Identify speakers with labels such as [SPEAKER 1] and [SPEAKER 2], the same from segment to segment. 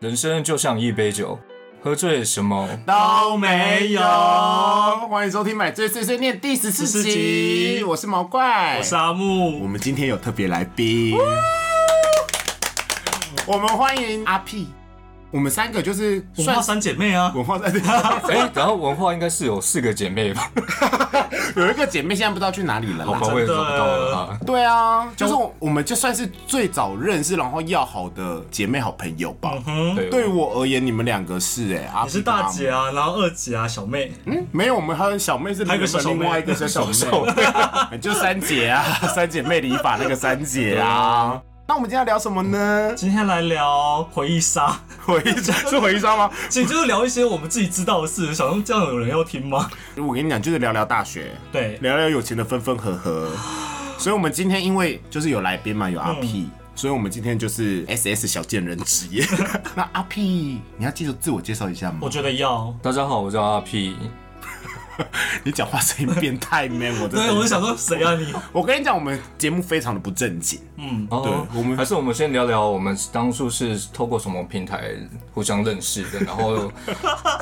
[SPEAKER 1] 人生就像一杯酒，喝醉什么？
[SPEAKER 2] 都
[SPEAKER 3] 没有
[SPEAKER 2] 欢迎收听《买醉碎碎念》第十四
[SPEAKER 3] 14
[SPEAKER 2] 集，
[SPEAKER 3] 集
[SPEAKER 2] 我是毛怪，
[SPEAKER 3] 我是阿
[SPEAKER 2] 哎我
[SPEAKER 3] 木，
[SPEAKER 2] 们今天有特别来宾，我们欢迎阿屁，我们三个就是
[SPEAKER 3] 文化
[SPEAKER 2] 算
[SPEAKER 3] 三姐妹啊，
[SPEAKER 2] 文化三
[SPEAKER 1] 哎、然后文化应该是有四个姐妹 吧？
[SPEAKER 2] 有一个姐妹现在不知道去哪里了
[SPEAKER 1] 好
[SPEAKER 3] 哦
[SPEAKER 1] 吧，
[SPEAKER 2] 啦。
[SPEAKER 1] 我也找不到了
[SPEAKER 3] 嗯
[SPEAKER 1] 啊。
[SPEAKER 2] 对啊，就是我我们就算是最早认识，然后要好的姐妹好朋友吧。
[SPEAKER 3] 嗯，
[SPEAKER 1] 对，
[SPEAKER 2] 对我而言，你们两个是哎、阿
[SPEAKER 3] 你
[SPEAKER 2] 屁
[SPEAKER 3] 是
[SPEAKER 2] 跟阿
[SPEAKER 3] 大姐啊，然后二姐啊，小妹，
[SPEAKER 2] 嗯，没有，我们还有小妹是
[SPEAKER 3] 还有一个小妹
[SPEAKER 2] 另外一个小小 妹，就三姐啊， 三姐妹理发那个三姐啊。那我们今天要聊什么呢？
[SPEAKER 3] 今天来聊回忆杀，
[SPEAKER 2] 回忆杀是回忆杀吗？
[SPEAKER 3] 其实就是聊一些我们自己知道的事，想说这样有人要听吗？
[SPEAKER 2] 我跟你讲，就是聊聊大学，
[SPEAKER 3] 对，
[SPEAKER 2] 聊聊有钱的分分合合。所以，我们今天因为就是有来宾嘛，有阿 P，、所以我们今天就是 S S 小贱人职业。 那阿 P，你要记得自我介绍一下吗
[SPEAKER 3] 我？觉得要，
[SPEAKER 1] 大家好，我叫阿 P，
[SPEAKER 2] 你讲话声音变态 man，我真
[SPEAKER 3] 对，我
[SPEAKER 2] 的
[SPEAKER 3] 就。想说谁啊你？
[SPEAKER 2] 我跟你讲，我们节目非常的不正经。
[SPEAKER 3] 嗯，
[SPEAKER 1] 哦
[SPEAKER 2] 对我们
[SPEAKER 1] 还是我们先聊聊我们当初是透过什么平台互相认识的，然后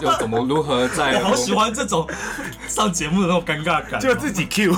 [SPEAKER 1] 又怎么如何在
[SPEAKER 3] 我好喜欢这种上节目的那种尴尬感，
[SPEAKER 2] 就自己 Q。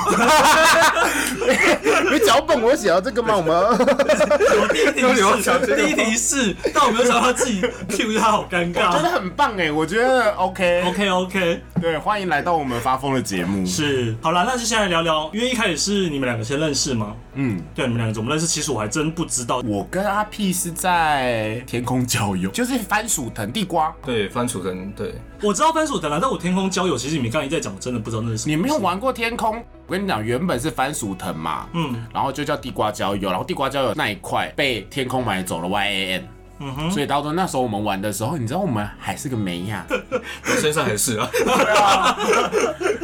[SPEAKER 2] 你脚本我写到这个吗？我们
[SPEAKER 3] 我第一题
[SPEAKER 2] 有有小
[SPEAKER 3] 是
[SPEAKER 2] 这个
[SPEAKER 3] 第一题是，但我没有想到他自己 Q 他好尴
[SPEAKER 2] 真的
[SPEAKER 3] 尬。
[SPEAKER 2] 很棒哎，我觉得 OK。
[SPEAKER 3] OK OK，
[SPEAKER 2] 对，欢迎来到我们发疯的节目。
[SPEAKER 3] 是好啦，那就先来聊聊，因为一开始是你们两个先认识吗？
[SPEAKER 2] 嗯，
[SPEAKER 3] 对，你们两个怎么认识？其实我还真不知道。
[SPEAKER 2] 我跟阿 P 是在天空郊游，就是番薯藤地瓜。
[SPEAKER 1] 对番薯藤对，
[SPEAKER 3] 我知道番薯藤啦，但我天空交友，其实你们刚才一直在讲，我真的不知道那是什么。
[SPEAKER 2] 你没有玩过天空？我跟你讲，原本是番薯藤嘛，
[SPEAKER 3] 嗯
[SPEAKER 2] 然后就叫地瓜郊游，然后地瓜郊游那一块被天空买走了 YAN。
[SPEAKER 3] 嗯哼，
[SPEAKER 2] 所以到时候那时候我们玩的时候，你知道我们还是个梅亚，
[SPEAKER 1] 我身上还是 啊，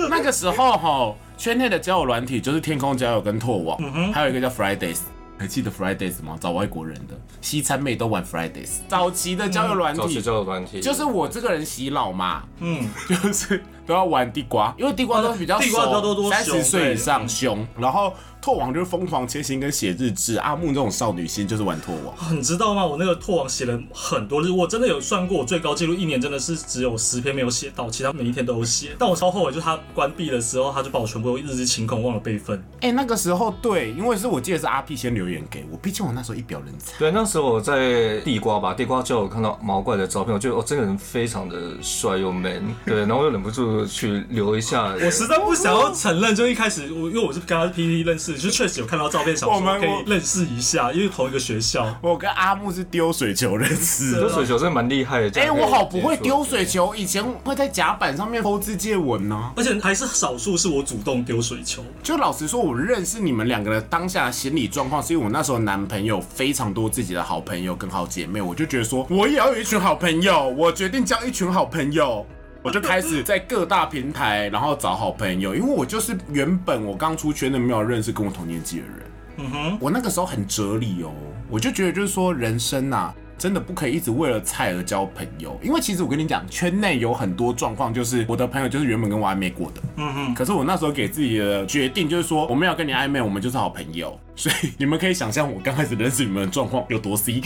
[SPEAKER 2] 那个时候哈，圈内的交友软体就是天空交友跟拓网，还有一个叫 Fridays。还记得 Fridays 吗？找外国人的西餐妹都玩 Fridays。早期的交友
[SPEAKER 1] 嗯
[SPEAKER 2] 软
[SPEAKER 1] 早期
[SPEAKER 2] 体，
[SPEAKER 1] 交友软体
[SPEAKER 2] 就是我这个人洗脑嘛，
[SPEAKER 3] 嗯，
[SPEAKER 2] 就是都要玩地瓜，因为地瓜都比较
[SPEAKER 3] 地瓜比较多多
[SPEAKER 2] 三
[SPEAKER 3] 熊
[SPEAKER 2] 十岁
[SPEAKER 3] 对
[SPEAKER 2] 以上凶。然后拓网就是疯狂切心跟写日志，阿木这种少女心就是玩拓网。
[SPEAKER 3] 你知道吗？我那个拓网写了很多日，我真的有算过，我最高纪录一年真的是只有十篇没有写到，其他每一天都有写。但我超后悔，就他关闭的时候，他就把我全部日志清空，忘了备份。
[SPEAKER 2] 哎、那个时候对，因为是我记得是阿 P 先留言给我，毕竟我那时候一表人才。
[SPEAKER 1] 对，那时候我在地瓜吧，地瓜就有看到毛怪的照片，我觉得哦，这个人非常的帅又 man，对，然后又忍不住去留一下。
[SPEAKER 3] 我实在不想要承认，就一开始我因为我是跟他是 PT 认识，就确实有看到照片，想
[SPEAKER 2] 我
[SPEAKER 3] 说
[SPEAKER 2] 们
[SPEAKER 3] 可
[SPEAKER 2] 我
[SPEAKER 3] 以认识一下，因为同一个学校。
[SPEAKER 2] 我跟阿木是丢水球认识的
[SPEAKER 1] 丢水球真的蛮厉害的。
[SPEAKER 2] 哎、我好不会丢水。球，以前会在甲板上面偷字借文呢、
[SPEAKER 3] 而且还是少数是我主动丢水球，
[SPEAKER 2] 就老实说，我认识你们两个的当下的心理状况，是因为我那时候男朋友非常多自己的好朋友跟好姐妹，我就觉得说我也要有一群好朋友，我决定交一群好朋 友。我就开始在各大平台，然后找好朋友，因为我就是原本我刚出圈的，没有认识跟我同年纪的人。
[SPEAKER 3] 嗯哼，
[SPEAKER 2] 我那个时候很哲理哦，我就觉得就是说人生呐、啊真的不可以一直为了菜而交朋友，因为其实我跟你讲，圈内有很多状况，就是我的朋友就是原本跟我暧昧过的，
[SPEAKER 3] 嗯哼。
[SPEAKER 2] 可是我那时候给自己的决定就是说，我没有跟你暧 昧，我们就是好朋友，所以你们可以想象我刚开始认识你们的状况有多 C。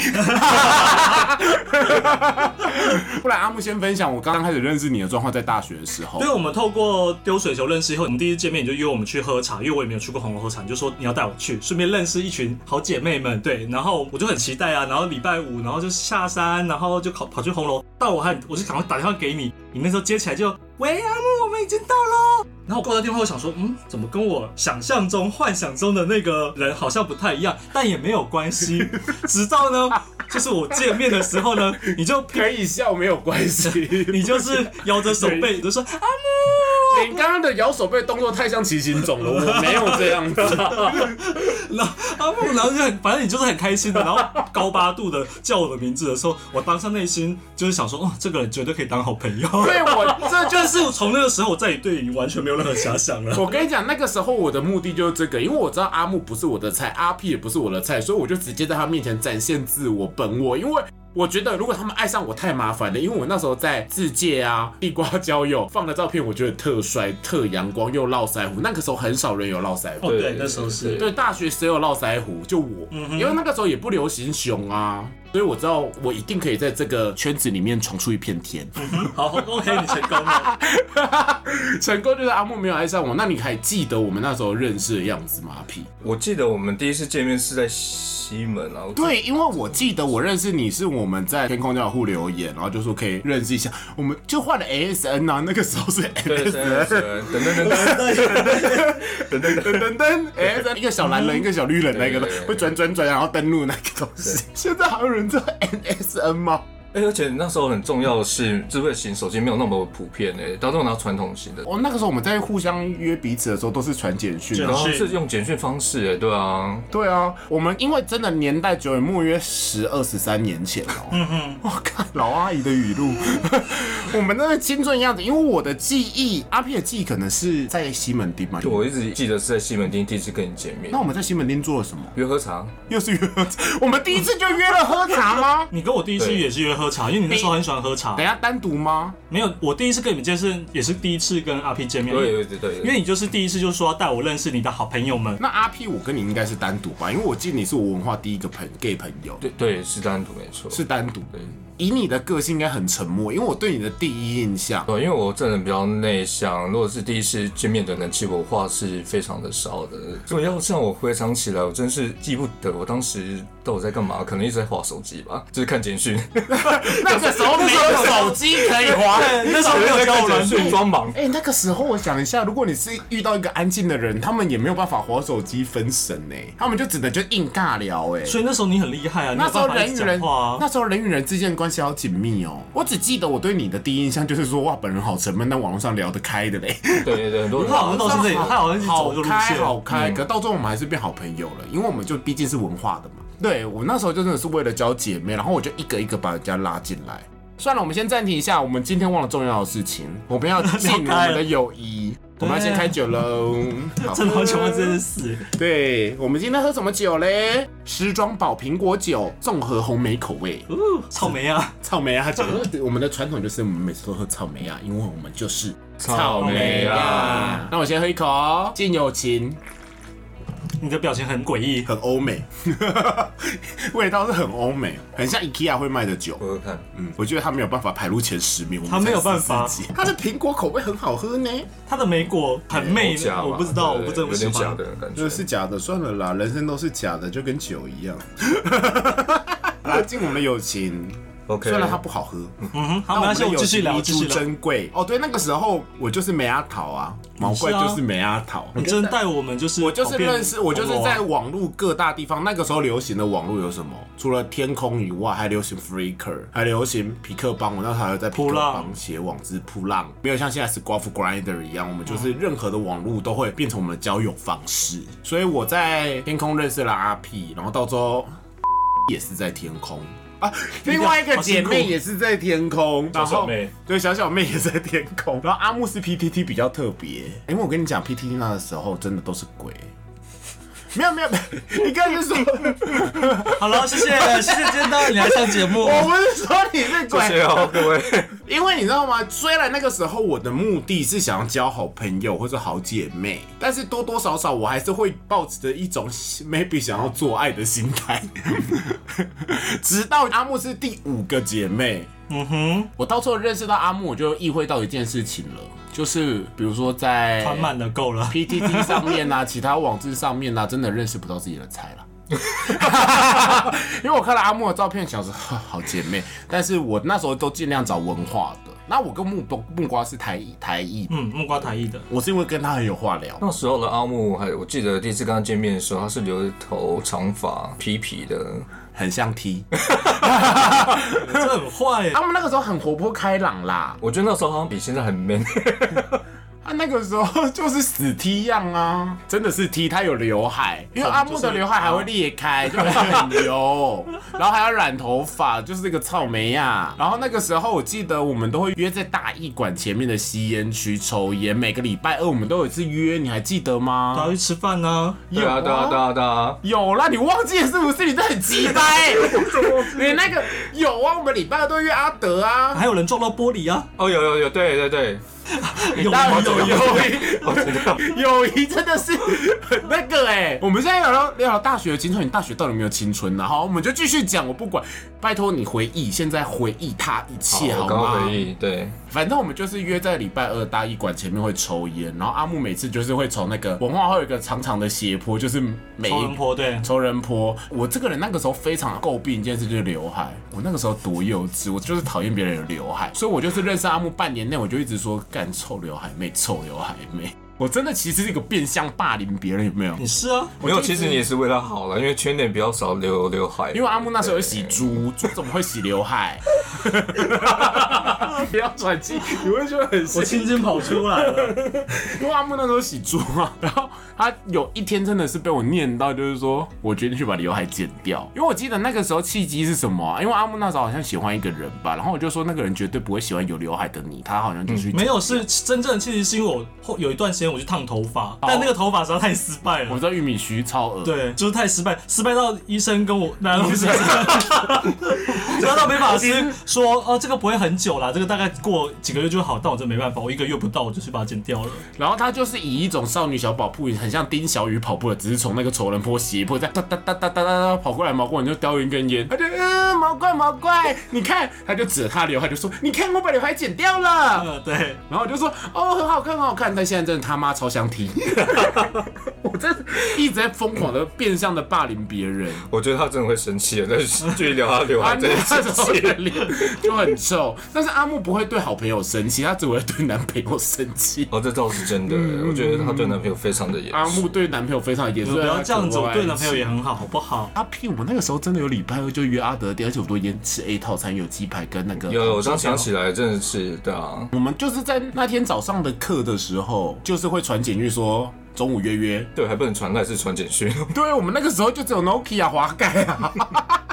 [SPEAKER 2] 不然阿木先分享我刚刚开始认识你的状况，在大学的时候
[SPEAKER 3] 因为，我们透过丢水球认识以后，我们第一次见面你就约我们去喝茶，因为我也没有去过红楼喝茶，你就说你要带我去，顺便认识一群好姐妹们。对，然后我就很期待啊，然后礼拜五，然后就下山，然后就跑跑去红楼，到我还我就赶快打电话给你，你那时候接起来就喂阿木，我们已经到喽。然后我挂掉电话，我想说，嗯，怎么跟我想象中、幻想中的那个人好像不太一样，但也没有关系。直到呢，就是我见面的时候呢，你就
[SPEAKER 2] 可以笑没有关 系。
[SPEAKER 3] 你就是摇着手背，你就说阿啊木。
[SPEAKER 2] 你刚刚的摇手背动作太像骑行种了，我没有这样 子。
[SPEAKER 3] 然后阿木，然后就很，反正你就是很开心的，然后高八度的叫我的名字的时候，我当下内心就是想说，哦，这个人绝对可以当好朋友。
[SPEAKER 2] 对啊我这就
[SPEAKER 3] 但是我从那个时候，我再也对你完全没有任何遐想 了。
[SPEAKER 2] 我跟你讲，那个时候我的目的就是这个，因为我知道阿木不是我的菜，阿 P 也不是我的菜，所以我就直接在他面前展现自我本我，因为。我觉得如果他们爱上我太麻烦了，因为我那时候在自介啊、地瓜交友放的照片，我觉得特帅、特阳光又络腮胡。那个时候很少人有络腮胡，
[SPEAKER 3] 哦，对，那时候是
[SPEAKER 2] 对，大学谁有络腮胡？就我，因为那个时候也不流行熊啊。所以我知道我一定可以在这个圈子里面闯出一片天。
[SPEAKER 3] 好，OK，你成功了。
[SPEAKER 2] 成功就是阿木没有爱上我，那你还记得我们那时候认识的样子吗？屁。
[SPEAKER 1] 我记得我们第一次见面是在西门啊，我
[SPEAKER 2] 对，因为我记得我认识你是我们在天空交互留言，然后就说可以认识一下，我们就换了 ASN 啊，那个时候是 ASN
[SPEAKER 1] 对，真的是等等等等等等等，
[SPEAKER 2] 噔噔噔，哎、一个小蓝人，一个小绿人，那个
[SPEAKER 1] 对对对
[SPEAKER 2] 会转转转，然后登录那个东西。现在还有人知道 NSN 吗？
[SPEAKER 1] 哎，而且那时候很重要的是，智慧型手机没有那么普遍哎诶，大家都拿传统型的，
[SPEAKER 2] 哦，那个时候我们在互相约彼此的时候都是传简讯
[SPEAKER 3] 是？
[SPEAKER 2] 的
[SPEAKER 1] 然。后是用简讯方式诶，对啊，
[SPEAKER 2] 对啊，我们因为真的年代久远，莫约十二十三年前哦。嗯嗯，我靠，老阿姨的语录， 我们那个青春样子。因为我的记忆，阿 P 的记忆可能是在西门町嘛。
[SPEAKER 1] 就我一直记得是在西门町第一次跟你见面
[SPEAKER 2] 那，我们在西门町做了什么？
[SPEAKER 1] 约喝茶，
[SPEAKER 2] 又是约喝茶？我们第一次就约了喝茶吗
[SPEAKER 3] 你跟我第一次
[SPEAKER 1] 对
[SPEAKER 3] 也是约喝茶，因为你那时候很喜欢喝茶
[SPEAKER 2] 等。一下单独吗？
[SPEAKER 3] 没有，我第一次跟你们见是也是第一次跟阿 P 见面，
[SPEAKER 1] 对对对对，
[SPEAKER 3] 因为你就是第一次就说要带我认识你的好朋友们。
[SPEAKER 2] 那阿 P，我跟你应该是单独吧，因为我记得你是我文化第一个朋 gay 朋友，
[SPEAKER 1] 对对是单独没错，
[SPEAKER 2] 是单独的
[SPEAKER 1] 对。
[SPEAKER 2] 以你的个性，应该很沉默，因为我对你的第一印象，
[SPEAKER 1] 对，因为我这人比较内向，如果是第一次见面的人，其实我话是非常的少的。所以要像我回想起来，我真是记不得我当时到底在干嘛，可能一直在划手机吧，就是看简讯。
[SPEAKER 2] 那个时候没有手机可以滑。
[SPEAKER 3] 那时候 哦没有交友软
[SPEAKER 1] 讯
[SPEAKER 3] 件，
[SPEAKER 1] 装忙。
[SPEAKER 2] 哎、那个时候我想一下，如果你是遇到一个安静的人，他们也没有办法滑手机分神呢、他们就只能就硬尬聊哎、
[SPEAKER 3] 所以那时候你很厉害啊，你
[SPEAKER 2] 那
[SPEAKER 3] 有
[SPEAKER 2] 时候
[SPEAKER 3] 办法一
[SPEAKER 2] 人
[SPEAKER 3] 直
[SPEAKER 2] 与
[SPEAKER 3] 讲
[SPEAKER 2] 人，
[SPEAKER 3] 话啊。
[SPEAKER 2] 那时候人与人之间的关系好紧密哦。我只记得我对你的第一印象就是说，哇，本人好沉闷，但网络上聊得开的嘞。
[SPEAKER 1] 对对对，很多人
[SPEAKER 3] 他好像到现在也，他好像一直
[SPEAKER 2] 好
[SPEAKER 3] 走这个路
[SPEAKER 2] 开
[SPEAKER 3] 线。嗯
[SPEAKER 2] 好开，可到最后我们还是变好朋友了，因为我们就毕竟是文化的嘛。对我那时候就真的是为了交姐妹，然后我就一个一个把人家拉进来。算了，我们先暂停一下，我们今天忘了重要的事情，我们要进入我们的友谊，我们要先开酒喽。好
[SPEAKER 3] 真的好喜欢这件事。
[SPEAKER 2] 对，我们今天喝什么酒嘞？时装宝苹果酒，综合红莓口 味，
[SPEAKER 3] 哦草莓啊，
[SPEAKER 2] 草莓啊酒。我们的传统就是我们每次都喝草莓啊，因为我们就是
[SPEAKER 1] 草莓啊。
[SPEAKER 2] 那我先喝一口哦，敬友情。
[SPEAKER 3] 你的表情很诡异。
[SPEAKER 2] 很欧美， 味道是很欧美，很像 IKEA 会卖的酒。
[SPEAKER 1] 我看，
[SPEAKER 2] 嗯，我觉得他没有办法排入前十名，我们
[SPEAKER 3] 他没有办法
[SPEAKER 2] 才14集。他的苹果口味很好喝呢，
[SPEAKER 3] 它的莓果很媚
[SPEAKER 1] 好假吧，
[SPEAKER 3] 我不知道，我
[SPEAKER 1] 对
[SPEAKER 3] 不真的不
[SPEAKER 1] 有
[SPEAKER 3] 喜
[SPEAKER 1] 点假
[SPEAKER 3] 欢。
[SPEAKER 1] 的感觉
[SPEAKER 2] 这。是假的，算了啦，人生都是假的，就跟酒一样。 拉近我们的友情，
[SPEAKER 1] OK，
[SPEAKER 2] 虽然它不好喝，
[SPEAKER 3] 嗯哼，好，
[SPEAKER 2] 但
[SPEAKER 3] 没
[SPEAKER 2] 我们
[SPEAKER 3] 关系，
[SPEAKER 2] 的
[SPEAKER 3] 我
[SPEAKER 2] 友
[SPEAKER 3] 继续
[SPEAKER 2] 情
[SPEAKER 3] 聊，
[SPEAKER 2] 弥
[SPEAKER 3] 继续
[SPEAKER 2] 足
[SPEAKER 3] 聊。
[SPEAKER 2] 珍贵。哦，对，那个时候我就是梅阿桃啊，毛怪
[SPEAKER 3] 是啊
[SPEAKER 2] 就是梅阿桃，
[SPEAKER 3] 你真的带我们就是
[SPEAKER 2] 我就是
[SPEAKER 3] 跑遍
[SPEAKER 2] 认识，我就是
[SPEAKER 3] 红楼啊
[SPEAKER 2] 在网络各大地方，那个时候流行的网络有什么？除了天空以外，还流行 Freaker，还流行匹克帮。我那时候还有在匹
[SPEAKER 3] 扑
[SPEAKER 2] 克
[SPEAKER 3] 浪
[SPEAKER 2] 帮写网志扑浪，没有像现在 s q u a f Grinder 一样，我们就是任何的网络都会变成我们的交友方式。所以我在天空认识了阿 P，然后到时候 也是在天空。啊，另外一个姐
[SPEAKER 3] 好辛
[SPEAKER 2] 妹
[SPEAKER 3] 苦
[SPEAKER 2] 也是在天空，然
[SPEAKER 1] 小
[SPEAKER 2] 后
[SPEAKER 1] 妹
[SPEAKER 2] 对小小妹也在天空， 然后阿木是 PTT 比较特别，因为我跟你讲 PTT 那个时候真的都是鬼，没有没有， 你刚才就说，
[SPEAKER 3] 好了，谢谢， 谢谢今天到你来上节目。
[SPEAKER 2] 我不是说你是
[SPEAKER 1] 谢谢
[SPEAKER 2] 鬼，
[SPEAKER 1] 哦，各位。
[SPEAKER 2] 因为你知道吗？虽然那个时候我的目的是想要交好朋友或者好姐妹，但是多多少少我还是会抱持着一种 maybe 想要做爱的心态， 直到阿木是第五个姐妹，
[SPEAKER 3] 嗯哼，
[SPEAKER 2] 我到时候认识到阿木，我就意会到一件事情了，就是比如说在
[SPEAKER 3] 满满的够了。
[SPEAKER 2] PTT 上面啊，其他网志上面啊，真的认识不到自己的菜了。因为我看了阿木的照片，想说 呵好姐妹，但是我那时候都尽量找文化的。那我跟木瓜木瓜是台艺台艺，
[SPEAKER 3] 嗯，木瓜台艺 的，
[SPEAKER 2] 我是因为跟他很有话 聊。
[SPEAKER 1] 那时候的阿木，还我记得第一次跟他见面的时候，他是留一头长发，皮皮的，
[SPEAKER 2] 很像 T，
[SPEAKER 3] 这很坏耶。
[SPEAKER 2] 他们那个时候很活泼开朗啦，
[SPEAKER 1] 我觉得那时候好像比现在很 man。
[SPEAKER 2] 他啊那个时候就是死 T 样啊，真的是 T，他有刘海，因为阿木的刘海还会裂开，就很油，哦 然后还要染头发，就是这个草莓呀、然后那个时候我记得我们都会约在大艺馆前面的吸烟区抽烟，每个礼拜二我们都有一次约，你还记得
[SPEAKER 3] 我要
[SPEAKER 2] 吗？
[SPEAKER 3] 去吃饭呢。
[SPEAKER 1] 对啊，对啊，对啊，对啊。
[SPEAKER 2] 有啦，你忘记了是不是？你这很鸡掰、 你那个有啊，我们礼拜二都约阿德啊，
[SPEAKER 3] 还有人撞到玻璃啊！
[SPEAKER 1] 哦，有有有，对对对，
[SPEAKER 3] 有
[SPEAKER 2] 当然有
[SPEAKER 3] 有 有，
[SPEAKER 2] 友谊， 友谊真的是很那个哎、我们现在聊聊聊大学的青春，你大学到底有没有青春呢、好，我们就继续讲，我不管，拜托你回忆，现在回忆他一切
[SPEAKER 1] 我
[SPEAKER 2] 好
[SPEAKER 1] 刚
[SPEAKER 2] 吗
[SPEAKER 1] 刚？回忆，对，
[SPEAKER 2] 反正我们就是约在礼拜二大一馆前面会抽烟，然后阿木每次就是会从那个文化会有一个长长的斜坡，就是每
[SPEAKER 3] 超人
[SPEAKER 2] 一。
[SPEAKER 3] 坡对，
[SPEAKER 2] 仇人坡，我这个人那个时候非常诟病一件事，就是刘海。我那个时候多幼稚，我就是讨厌别人有刘海，所以我就是认识阿木半年内，我就一直说干臭刘海妹，臭刘海妹。我真的其实是一个变相霸凌别人，有没有？
[SPEAKER 3] 你是啊，
[SPEAKER 1] 没有，其实你也是为他好了，因为缺点比较少留刘海，
[SPEAKER 2] 因为阿木那时候有洗猪，猪怎么会洗刘海？不要喘气，你会觉得很
[SPEAKER 3] 我
[SPEAKER 2] 心
[SPEAKER 3] 青筋跑出来了，
[SPEAKER 2] 因为阿木那时候洗猪啊，然后他有一天真的是被我念到，就是说我决定去把刘海剪掉，因为我记得那个时候契机是什么啊、因为阿木那时候好像喜欢一个人吧，啊然后我就说那个人绝对不会喜欢有刘海的你，他好像就去剪
[SPEAKER 3] 没有是真正的契机，是因为我后有一段时间我去烫头发，但那个头发实在太失败
[SPEAKER 2] 我
[SPEAKER 3] 了
[SPEAKER 2] 知。道玉米须呃超恶，
[SPEAKER 3] 对，就是太失败，失败到医生跟我 那不是，失败到美发师说，哦，这个不会很久啦，这个大概过几个月就好，但我真的没办法，我一个月不到我就去把它剪掉了。
[SPEAKER 2] 然后他就是以一种少女小跑步，很像丁小雨跑步的，只是从那个仇人坡斜坡在哒哒哒哒哒哒哒跑过来，毛怪人就叼一根烟，他就嗯毛怪毛怪，你看，他就指着他刘海就说，你看我把刘海剪掉了。
[SPEAKER 3] 呃，对，
[SPEAKER 2] 然后我就说哦，很好看，很好看，但现在真的他妈超想 听，我真的一直在疯狂的变相的霸凌别人，
[SPEAKER 1] 我觉得他真的会生气的，但 是继续聊他刘
[SPEAKER 2] 啊，
[SPEAKER 1] 海
[SPEAKER 2] 那
[SPEAKER 1] 这件事
[SPEAKER 2] 时候的
[SPEAKER 1] 情。
[SPEAKER 2] 脸就很臭。但是阿木不会对好朋友生气，他只会对男朋友生气。
[SPEAKER 1] 哦，这倒是真的，我觉得她对男朋友非常的严
[SPEAKER 2] 阿
[SPEAKER 1] 肃。
[SPEAKER 2] 木 对啊男朋友非常严
[SPEAKER 3] 你
[SPEAKER 2] 肃，
[SPEAKER 3] 们不要这样子，我对男朋友也
[SPEAKER 2] 很。
[SPEAKER 3] 很好，好不好？
[SPEAKER 2] 阿屁，我们那个时候真的有礼拜二就约阿德店，而且我都已经吃 A 套餐，有鸡排跟那个
[SPEAKER 1] 有，有我刚想起来，真的是对啊，
[SPEAKER 2] 我们就是在那天早上的课的时候，就是会传简讯说中午约约，
[SPEAKER 1] 对，还不能传赖是传简讯，
[SPEAKER 2] 对，我们那个时候就只有 Nokia 滑盖啊。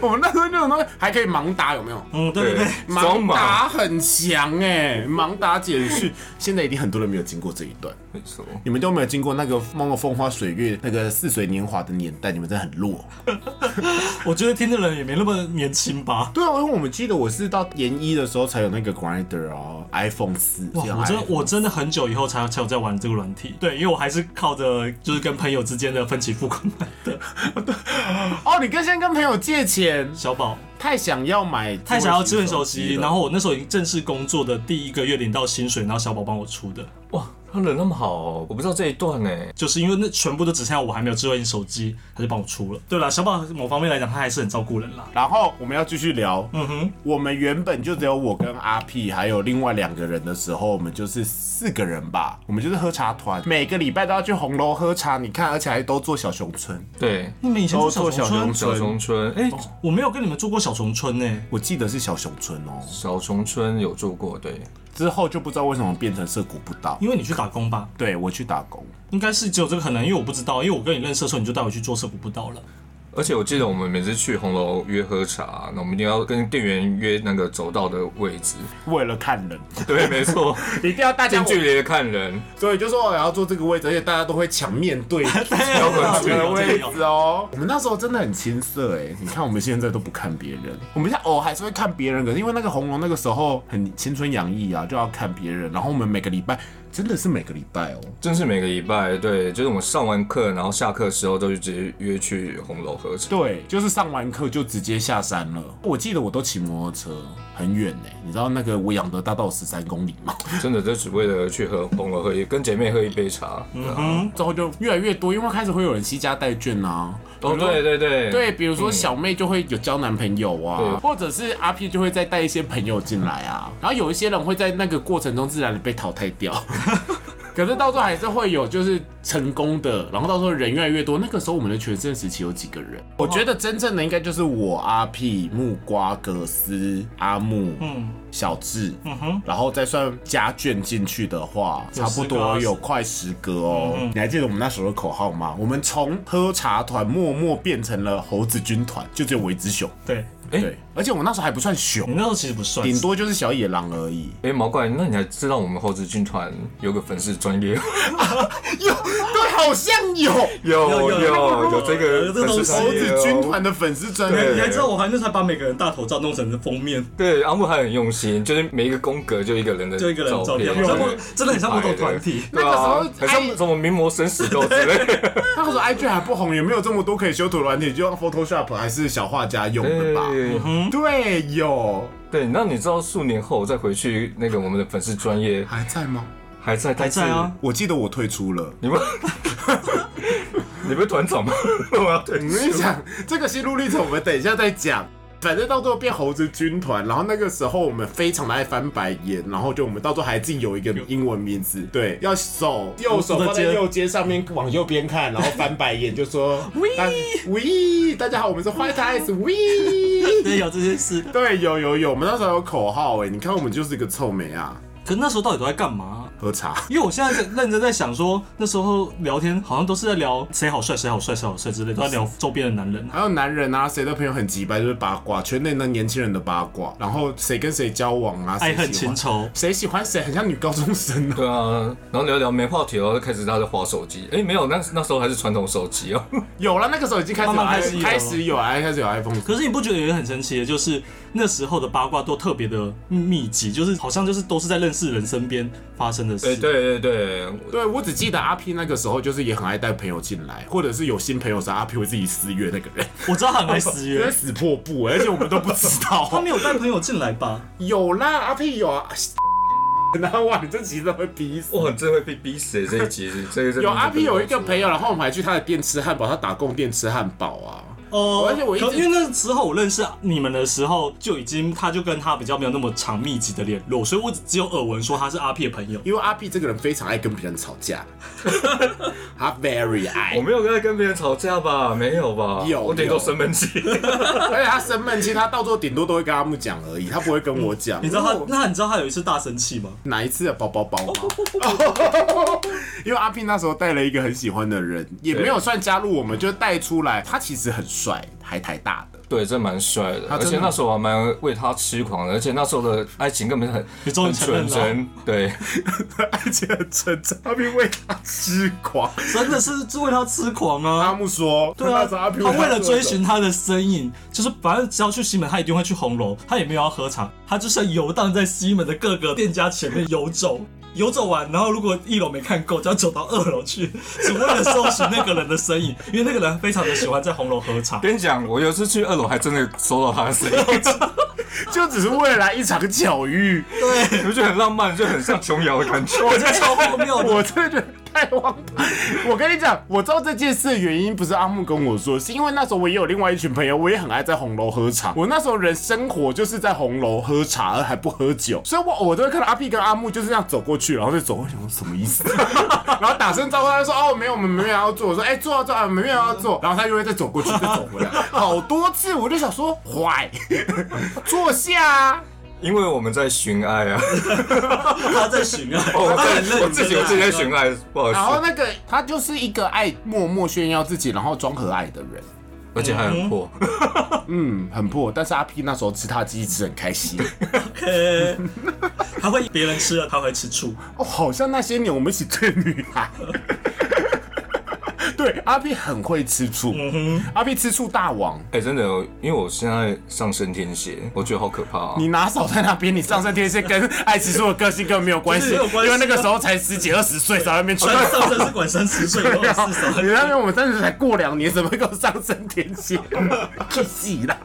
[SPEAKER 2] 我们那时候就有那个还可以盲打，有没有？
[SPEAKER 3] 嗯，对对对，
[SPEAKER 1] 装
[SPEAKER 2] 盲
[SPEAKER 1] 马
[SPEAKER 2] 打很强哎、盲打简讯，现在一定很多人没有经过这一段，
[SPEAKER 1] 没错。
[SPEAKER 2] 你们都没有经过那个梦个风花水月、那个似水年华的年代，你们真的很弱。
[SPEAKER 3] 我觉得听的人也没那么年轻吧。
[SPEAKER 2] 对啊，因为我们记得我是到研一的时候才有那个 Grinder 啊，iPhone 四。
[SPEAKER 3] 哇，我真的我真的很久以后才才有在玩这个软体，对，因为我还是靠着就是跟朋友之间的分期付款买的。
[SPEAKER 2] 哦，你跟先跟朋友借钱，
[SPEAKER 3] 小宝
[SPEAKER 2] 太想要买，
[SPEAKER 3] 太想要智 慧手机，
[SPEAKER 2] 了
[SPEAKER 3] 然后我那时候已经正式工作的第一个月领到薪水，然后小宝帮我出的，
[SPEAKER 1] 哇，他人那么好哦，我不知道这一段呢。
[SPEAKER 3] 就是因为那全部都只剩下我还没有智慧型手机，他就帮我出了。对了，小宝某方面来讲，他还是很照顾人啦。
[SPEAKER 2] 然后我们要继续聊，
[SPEAKER 3] 嗯哼，
[SPEAKER 2] 我们原本就只有我跟阿 P 还有另外两个人的时候，我们就是四个人吧，我们就是喝茶团，每个礼拜都要去红楼喝茶，你看，而且还都做小熊村，
[SPEAKER 1] 对，
[SPEAKER 3] 你们以前
[SPEAKER 2] 都嗯
[SPEAKER 3] 住
[SPEAKER 2] 做
[SPEAKER 3] 小
[SPEAKER 2] 小
[SPEAKER 3] 熊
[SPEAKER 2] 熊
[SPEAKER 3] 村，
[SPEAKER 1] 小
[SPEAKER 2] 村
[SPEAKER 1] 熊，村，哎、
[SPEAKER 3] 我没有跟你们住过小熊村呢、
[SPEAKER 2] 我记得是小熊村哦。
[SPEAKER 1] 小熊村有做过，对，
[SPEAKER 2] 之后就不知道为什么变成涩谷不到，
[SPEAKER 3] 因为你去打工吧，
[SPEAKER 2] 对我去打工，
[SPEAKER 3] 应该是只有这个可能，因为我不知道，因为我跟你认识的时候你就带我去做涩谷步道了。
[SPEAKER 1] 而且我记得我们每次去红楼约喝茶，那我们一定要跟店员约那个走道的位置。
[SPEAKER 2] 为了看 人，
[SPEAKER 1] 对，没错，
[SPEAKER 2] 一定要大
[SPEAKER 1] 近距离的看人，
[SPEAKER 2] 所以就说我要做这个位置，而且大家都会抢面对
[SPEAKER 3] 有
[SPEAKER 2] 抢
[SPEAKER 3] 这个有
[SPEAKER 2] 位
[SPEAKER 3] 这个
[SPEAKER 2] 置哦。我们那时候真的很青涩哎，你看我们现在都不看别人，我们现在偶尔还是会看别人，可是因为那个红龙那个时候很青春洋溢啊，就要看别人。然后我们每个礼拜真的是每个礼拜哦，
[SPEAKER 1] 真是每个礼拜，对，就是我们上完课，然后下课的时候都就直接约去红楼喝茶。
[SPEAKER 2] 对，就是上完课就直接下山了。我记得我都骑摩托车很远哎，你知道那个维扬德大道十三公里吗？
[SPEAKER 1] 真的，就只为了去喝红楼喝一，跟姐妹喝一杯茶。对啊
[SPEAKER 3] 嗯，
[SPEAKER 2] 之后就越来越多，因为开始会有人惜家带眷啊，
[SPEAKER 1] 哦，对对对，
[SPEAKER 2] 对，比如说小妹就会有交男朋友啊
[SPEAKER 1] 对，
[SPEAKER 2] 或者是阿 P 就会再带一些朋友进来啊，然后有一些人会在那个过程中自然的被淘汰掉。 可是到最后还是会有就是成功的，然后到时候人越来越多。那个时候我们的全盛时期有几个人？我觉得真正的应该就是我阿 P、木瓜、葛斯、阿木、
[SPEAKER 3] 嗯
[SPEAKER 2] 小智，
[SPEAKER 3] 嗯哼，
[SPEAKER 2] 然后再算加券进去的话，
[SPEAKER 3] 有
[SPEAKER 2] 差不
[SPEAKER 3] 10个
[SPEAKER 2] 多
[SPEAKER 3] 啊
[SPEAKER 2] 有快十个哦。你还记得我们那时候的口号吗？我们从喝茶团默默变成了猴子军团，就只有我一只熊。
[SPEAKER 3] 对
[SPEAKER 1] 诶
[SPEAKER 2] 对，而且我那时候还不算
[SPEAKER 3] 你
[SPEAKER 2] 熊，
[SPEAKER 3] 那时候其实不算，
[SPEAKER 2] 顶多就是小野狼而已。
[SPEAKER 1] 哎、毛怪，那你还知道我们后置军团有个粉丝专业？
[SPEAKER 2] 有对，好像有。
[SPEAKER 1] 有
[SPEAKER 3] 有有
[SPEAKER 1] 有有这
[SPEAKER 3] 有
[SPEAKER 1] 个
[SPEAKER 3] 这东西
[SPEAKER 1] 粉
[SPEAKER 2] 猴
[SPEAKER 1] 丝
[SPEAKER 2] 子
[SPEAKER 1] 专页
[SPEAKER 2] 军
[SPEAKER 1] 哦
[SPEAKER 2] 团的粉丝专
[SPEAKER 1] 对
[SPEAKER 2] 业，
[SPEAKER 3] 你还知道我还那时候还把每个人大头照弄成封面，
[SPEAKER 1] 对，阿木还很用心，就是每一个宫格就一个人的
[SPEAKER 3] 就一个人的照片，
[SPEAKER 1] 照
[SPEAKER 3] 然后
[SPEAKER 1] 片
[SPEAKER 3] 真的很像某种团体。
[SPEAKER 1] 对啊，很像什么名模生死斗之类的。
[SPEAKER 2] 那时候 IG 还不红，也没有这么多可以修图的软体，就用 Photoshop 还是小画家用的吧？
[SPEAKER 1] 对
[SPEAKER 2] 对，有
[SPEAKER 1] 对，那你知道数年后我再回去那个我们的粉丝专业
[SPEAKER 2] 还在吗？
[SPEAKER 1] 还在，
[SPEAKER 3] 还
[SPEAKER 1] 但是
[SPEAKER 3] 在啊，，
[SPEAKER 2] 我记得我退出了。
[SPEAKER 1] 你 们你不是团长吗？ 我要退
[SPEAKER 2] 我跟你讲，这个心路历程我们等一下再讲。反正到最后变猴子军团，然后那个时候我们非常的爱翻白眼，然后就我们到最后还自己有一个英文名字，对，要手右手放在右肩上面往右边看，然后翻白眼就说大喂，大家好，我们是 White Eyes 喂，
[SPEAKER 3] 对， 有这些事。
[SPEAKER 2] 对，有有有，我们那时候有口号哎，你看我们就是一个臭美啊，
[SPEAKER 3] 可那时候到底都在干嘛？啊
[SPEAKER 2] 喝茶。
[SPEAKER 3] 因为我现在在认真在想说，那时候聊天好像都是在聊谁好帅、谁好帅、谁好帅之类的，都在聊周边的男人。
[SPEAKER 2] 还有男人啊，谁的朋友很急白就是八卦，圈内的年轻人的八卦，然后谁跟谁交往啊，
[SPEAKER 3] 爱
[SPEAKER 2] 谁
[SPEAKER 3] 恨
[SPEAKER 2] 喜欢
[SPEAKER 3] 情仇，
[SPEAKER 2] 谁喜欢谁，很像女高中生哦、
[SPEAKER 1] 对啊，然后聊聊没话题了，然后就开始大家划手机。哎，没有，那那时候还是传统手机哦。
[SPEAKER 2] 有了，那个时候已经开始有
[SPEAKER 3] 慢慢
[SPEAKER 2] i-
[SPEAKER 3] 开始有了
[SPEAKER 2] 开始有 i 开始有 iPhone。
[SPEAKER 3] 可是你不觉得有点很神奇的，就是那时候的八卦都特别的密集，就是好像就是都是在认识人身边发生的事。
[SPEAKER 1] 哎， 对对对，
[SPEAKER 2] 对，我只记得阿 P 那个时候就是也很爱带朋友进来，或者是有新朋友时阿 P 会自己私约那个人，
[SPEAKER 3] 我知道他很 爱私
[SPEAKER 2] 因为
[SPEAKER 3] 约，
[SPEAKER 2] 死破布，而且我们都不知
[SPEAKER 3] 他
[SPEAKER 2] 道。
[SPEAKER 3] 没有带朋友进来吧？
[SPEAKER 2] 有啦，阿 P 有啊。 然后哇，你这集都会逼死。
[SPEAKER 1] 哇，真会被逼死欸这一集，这个真的
[SPEAKER 2] 有阿 P 有一个朋友，然后我们还去他的店吃汉堡，他打工店吃汉堡啊。
[SPEAKER 3] 哦、
[SPEAKER 2] 而且我一直
[SPEAKER 3] 可因为那时候我认识你们的时候，就已经他就跟他比较没有那么长密集的联络，所以我只只有耳闻说他是阿 P 的朋友。
[SPEAKER 2] 因为阿 P 这个人非常爱跟别人吵 架，他 very 爱
[SPEAKER 1] 我，没有跟跟别人吵架吧？没有吧？
[SPEAKER 2] 有
[SPEAKER 1] 我顶
[SPEAKER 2] 有
[SPEAKER 1] 多生闷气。
[SPEAKER 2] 而且他生闷气，他到最后顶多都会跟阿木讲而已，他不会跟我讲。
[SPEAKER 3] 嗯你知道他
[SPEAKER 2] 因为我
[SPEAKER 3] 那你知道他有一次大生气吗？
[SPEAKER 2] 哪一次的包包包 吗？因为阿 P 那时候带了一个很喜欢的人，也没有算加入我们，就带出来。他其实很帅，还台大的。
[SPEAKER 1] 对，真蛮帅的，
[SPEAKER 2] 他
[SPEAKER 1] 而
[SPEAKER 2] 真的
[SPEAKER 1] 且那时候我还蛮为他痴狂的，而且那时候的爱情根本是很
[SPEAKER 3] 你终于
[SPEAKER 1] 很
[SPEAKER 3] 承认
[SPEAKER 1] 纯
[SPEAKER 3] 了
[SPEAKER 1] 真，对，
[SPEAKER 2] 而且很成长，阿 P 为他痴狂。
[SPEAKER 3] 真的是是为他痴狂
[SPEAKER 2] 阿
[SPEAKER 3] 啊！
[SPEAKER 2] 木说，
[SPEAKER 3] 对啊，
[SPEAKER 2] 那时候阿 P
[SPEAKER 3] 他为了追
[SPEAKER 2] 他做的
[SPEAKER 3] 寻他的身影，就是反正只要去西门，他一定会去红楼，他也没有要喝茶，他就是游荡在西门的各个店家前面游走，游走完，然后如果一楼没看够，就要走到二楼去，只为了搜寻那个人的身影，因为那个人非常的喜欢在红楼喝茶。
[SPEAKER 1] 跟你讲，我有一次去二楼还真的收到他的声 音，
[SPEAKER 2] 就只是为了一场巧遇，
[SPEAKER 1] 你不觉得很浪漫，就很像琼瑶的感觉？
[SPEAKER 3] 我觉得超荒谬的。
[SPEAKER 2] 我真的觉得太荒唐。我跟你讲，我知道这件事的原因不是阿木跟我说，是因为那时候我也有另外一群朋友，我也很爱在红楼喝茶。我那时候人生活就是在红楼喝茶，而还不喝酒，所以我我都会看到阿 P 跟阿木就是这样走过去，然后就走过去，我想说什么意思？ 然后打声招呼，他就说哦没有，我们没有要做。我说哎、坐啊坐啊，没有要做。然后他又会再走过去，再走回来，好多次，我就想说坏， 坐下啊。
[SPEAKER 1] 因为我们在寻爱 啊，
[SPEAKER 3] 他在寻啊，
[SPEAKER 1] 哦，我
[SPEAKER 3] 他很认
[SPEAKER 1] 在
[SPEAKER 3] 真
[SPEAKER 1] 我自己我自己在寻爱，不好意
[SPEAKER 2] 然后
[SPEAKER 1] 思，
[SPEAKER 2] 那个他就是一个爱默默炫耀自己，然后装可爱的人。
[SPEAKER 1] 而且还很破，
[SPEAKER 2] 嗯，很破，但是阿 P 那时候吃他的鸡吃得很开心。
[SPEAKER 3] OK，他会别人吃了他会吃醋，
[SPEAKER 2] 哦，好像那些年我们一起追女孩。 对，阿 P 很会吃醋，阿 P 吃醋大王。
[SPEAKER 1] 哎，真的，因为我现在上升天蝎，我觉得好可怕啊。
[SPEAKER 2] 你拿手在那边，你上升天蝎跟爱吃醋的个性根本没有关系，哦
[SPEAKER 3] 就是没有关系啊
[SPEAKER 2] 因为那个时候才十几二十岁，才在那边吃
[SPEAKER 1] 哦
[SPEAKER 3] 虽。然上身是管三十 岁以后的事
[SPEAKER 2] 你那边我们真的才过两年，怎么会够上升天 蝎？可惜啦。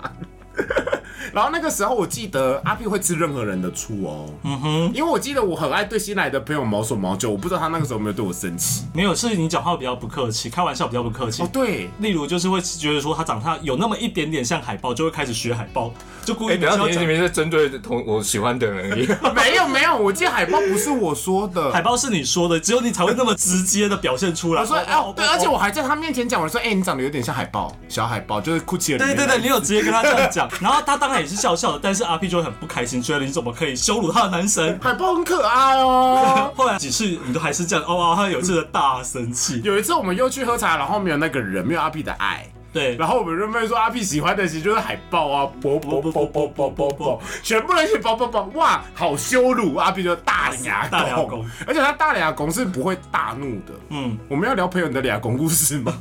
[SPEAKER 2] 然后那个时候，我记得阿 P 会吃任何人的醋哦，嗯哼，因为我记得我很爱对新来的朋友毛手毛脚，我不知道他那个时候有没有对我生气。
[SPEAKER 3] 没有，是你讲话比较不客气，开玩笑比较不客气
[SPEAKER 2] 哦，。对，
[SPEAKER 3] 例如就是会觉得说他长得有那么一点点像海豹，就会开始学海豹，就故
[SPEAKER 1] 哎，
[SPEAKER 3] 意
[SPEAKER 1] 等一下
[SPEAKER 3] 要
[SPEAKER 1] 你
[SPEAKER 3] 讲
[SPEAKER 1] 你们是针对同我喜欢的人而 已，
[SPEAKER 2] 没有没有，我记得海报不是我说的，
[SPEAKER 3] 海豹是你说的，只有你才会那么直接的表现出来。
[SPEAKER 2] 我说哦，对，而且我还在他面前讲，我说哎、你长得有点像海豹，小海豹就是哭泣的。
[SPEAKER 3] 对对对，你有直接跟他这样讲，然后他当然也是笑笑的，但是阿 P 就会很不开心，觉得你怎么可以羞辱他的 男神？
[SPEAKER 2] 海豹很可爱哦。
[SPEAKER 3] 后来几次你都还是这样，哦哦，他有一次的大生气，
[SPEAKER 2] 有一次我们又去喝茶，然后没有那个人，没有阿 P 的爱，
[SPEAKER 3] 对
[SPEAKER 2] 然后我们认为说阿 P 喜欢的其实就是海报啊，啵啵啵�bo啵啵啵啵，全部人一起啵啵啵，哇，好羞辱！阿 P 就是大牙
[SPEAKER 3] 大牙
[SPEAKER 2] 拱
[SPEAKER 3] 拱，
[SPEAKER 2] 而且他大牙拱是不会大怒的。
[SPEAKER 3] 嗯，
[SPEAKER 2] 我们要聊朋友的俩拱故事吗？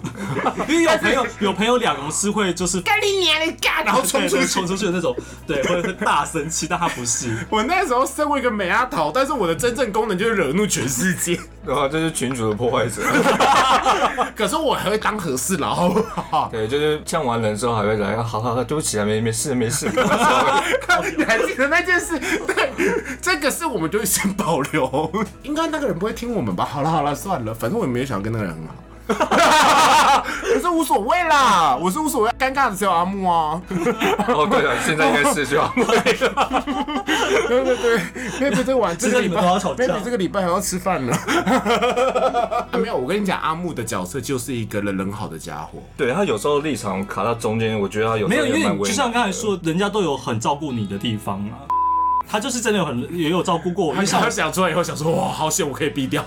[SPEAKER 3] 因为有 朋友有朋友两公司会就是
[SPEAKER 2] 干你娘的干！然后冲
[SPEAKER 3] 对
[SPEAKER 2] 出
[SPEAKER 3] 对
[SPEAKER 2] 去
[SPEAKER 3] 冲。出去的那种，对，会会大生气，但他不是。
[SPEAKER 2] 我那时候身为一个美阿桃，但是我的真正功能就是惹怒全世界。
[SPEAKER 1] 然啊后这是群主的破 坏者，
[SPEAKER 2] 可是我还会当和事佬，好不好？
[SPEAKER 1] 对，就是呛完人之后还会来，好好好，对不起啊，没没事没 事，
[SPEAKER 2] 你还记得那件事？对，这个是我们就会先保留。应该那个人不会听我们吧？好了好了，算了，反正我也没有想要跟那个人很好。可是无所谓啦，我是无所谓，尴尬的只有阿木啊。
[SPEAKER 1] 哦对了，现在应该是就要
[SPEAKER 2] 对对对，maybe 这个晚这
[SPEAKER 3] 这个你们都要吵架
[SPEAKER 2] maybe 这个礼拜还要吃饭呢。没有，我跟你讲，阿木的角色就是一个人人好的家伙。
[SPEAKER 1] 对他有时候立场卡到中间，我觉得他有
[SPEAKER 3] 没
[SPEAKER 1] 时
[SPEAKER 3] 有，
[SPEAKER 1] 候
[SPEAKER 3] 因
[SPEAKER 1] 也
[SPEAKER 3] 为
[SPEAKER 1] 呃蛮
[SPEAKER 3] 你
[SPEAKER 1] 为
[SPEAKER 3] 就像刚才说，人家都有很照顾你的地方啊。他就是真的有很也有照顾过我，因为像我
[SPEAKER 2] 想出来以后想说，哇，好险，我可以避掉。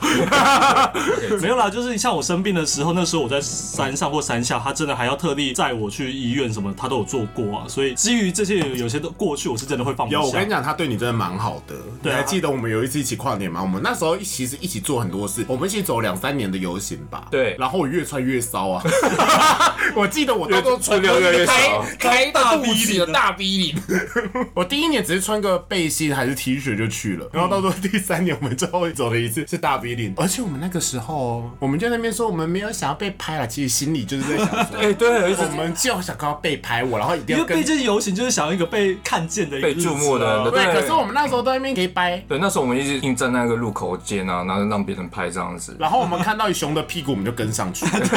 [SPEAKER 3] 没有啦，就是像我生病的时候，那时候我在山上或山下，他真的还要特地载我去医院什么，他都有做过啊。所以基于这些，有些都过去，我是真的会放不
[SPEAKER 2] 有，我跟你
[SPEAKER 3] 下。
[SPEAKER 2] 讲，他对你真的蛮好的。
[SPEAKER 3] 对啊
[SPEAKER 2] 你还记得我们有一次一起跨年吗？我们那时候一其实一起做很多事，我们一起走两三年的游行吧。
[SPEAKER 1] 对
[SPEAKER 2] 然后我越穿越骚啊！我记得我到时候
[SPEAKER 1] 越
[SPEAKER 2] 穿
[SPEAKER 1] 越越越
[SPEAKER 2] 开
[SPEAKER 1] 骚
[SPEAKER 2] 开大肚
[SPEAKER 3] 大逼
[SPEAKER 2] 脐
[SPEAKER 3] 领
[SPEAKER 2] 的大逼领。我第一年只是穿个背心还是 T 恤就去了，然后到时候第三年我们最后走了一次是大逼领，而且我们那个时候哦我们就在那边说我们没有想要被拍了，其实心里就是在想 说，
[SPEAKER 1] 哎对，一直
[SPEAKER 2] 我们就想要被拍我，然后一定
[SPEAKER 3] 因
[SPEAKER 2] 要
[SPEAKER 3] 为
[SPEAKER 2] 跟
[SPEAKER 3] 被这游行就是想要一个被看见的、一个
[SPEAKER 1] 被注目的
[SPEAKER 3] 日子啊
[SPEAKER 1] 人
[SPEAKER 2] 对，
[SPEAKER 1] 对
[SPEAKER 2] 可是我们那时候都在那边给掰。
[SPEAKER 1] 对那时候我们一直硬站在那个路口间啊，然后让别人拍这样子，
[SPEAKER 2] 然后我们看到熊的屁股，我们就跟上 去，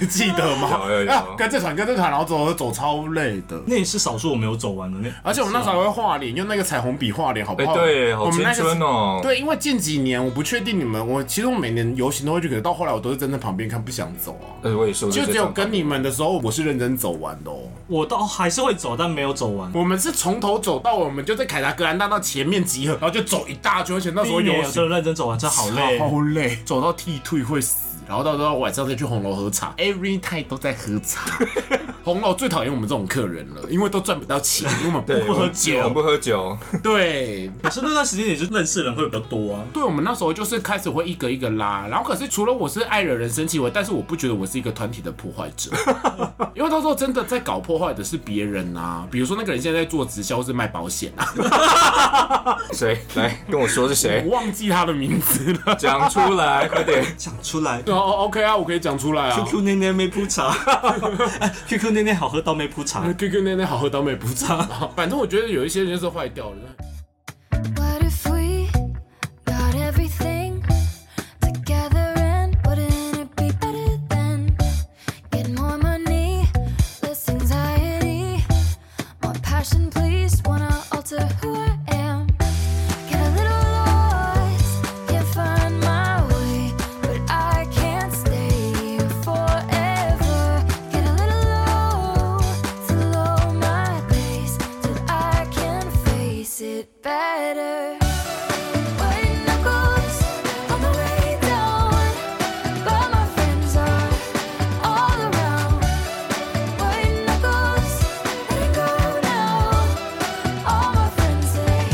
[SPEAKER 2] 你记得吗？
[SPEAKER 1] 有有有
[SPEAKER 2] 啊跟这团跟这团，然后走走超累的。
[SPEAKER 3] 那也是少数我没有走完的那。
[SPEAKER 2] 而且我们那时候还会画脸，用那个彩虹笔画脸，好不好？
[SPEAKER 1] 哎对好
[SPEAKER 2] 我们那个
[SPEAKER 1] 青春哦
[SPEAKER 2] 对，因为近几年我不确定你们，我其实我每年游行都会去，可是到后来我都是站在旁边看，不想走啊。
[SPEAKER 1] 哎但是我也是
[SPEAKER 2] 就只有跟你们的时候，我是认真走完的哦。
[SPEAKER 3] 我倒还是会走，但没有走完。
[SPEAKER 2] 我们是从头走到尾，我们就在凯达格兰大道前面集合，然后就走一大圈，而且那时候
[SPEAKER 3] 第一年
[SPEAKER 2] 游
[SPEAKER 3] 有
[SPEAKER 2] 行
[SPEAKER 3] 真的认真走完，真好累。
[SPEAKER 2] 好累，走到剃退会死，然后到时候晚上再去红楼喝茶，every time 都在喝 茶。红楼最讨厌我们这种客人了，因为都赚不到钱，因为我们
[SPEAKER 1] 对
[SPEAKER 2] 不喝
[SPEAKER 1] 我们
[SPEAKER 2] 酒。
[SPEAKER 1] 不喝酒，
[SPEAKER 2] 对，
[SPEAKER 3] 可是那段时间也就认识的人会比较多啊。
[SPEAKER 2] 对我们那时候就是开始会一个一个拉，然后可是除了我是爱惹人生气外，但是我不觉得我是一个团体的破坏 者，因为到时候真的在搞破坏的是别人啊，比如说那个人现在在做直销是卖保险啊，
[SPEAKER 1] 谁来跟我说是谁
[SPEAKER 2] 我？忘记他的名字 了。
[SPEAKER 1] 讲出来，快点！
[SPEAKER 3] 讲出来
[SPEAKER 2] 对哦，OK 啊，我可以讲出来 啊。
[SPEAKER 3] ，QQ 奶奶没铺茶哎，QQ 奶奶好喝到没铺茶。
[SPEAKER 2] QQ 那那好喝到没不差， 反正我觉得有一些人就是坏掉了。
[SPEAKER 4] What if we got everything together and wouldn't it be better than get more money, less anxiety, more passion? Please, wanna alter who I am. Get a little lost, can't find my way, but I can't stay here forever. Get a little low, slow my pace till I can face it better. White knuckles on the way down, but my friends are all around. White knuckles, let it go now. All my friends say,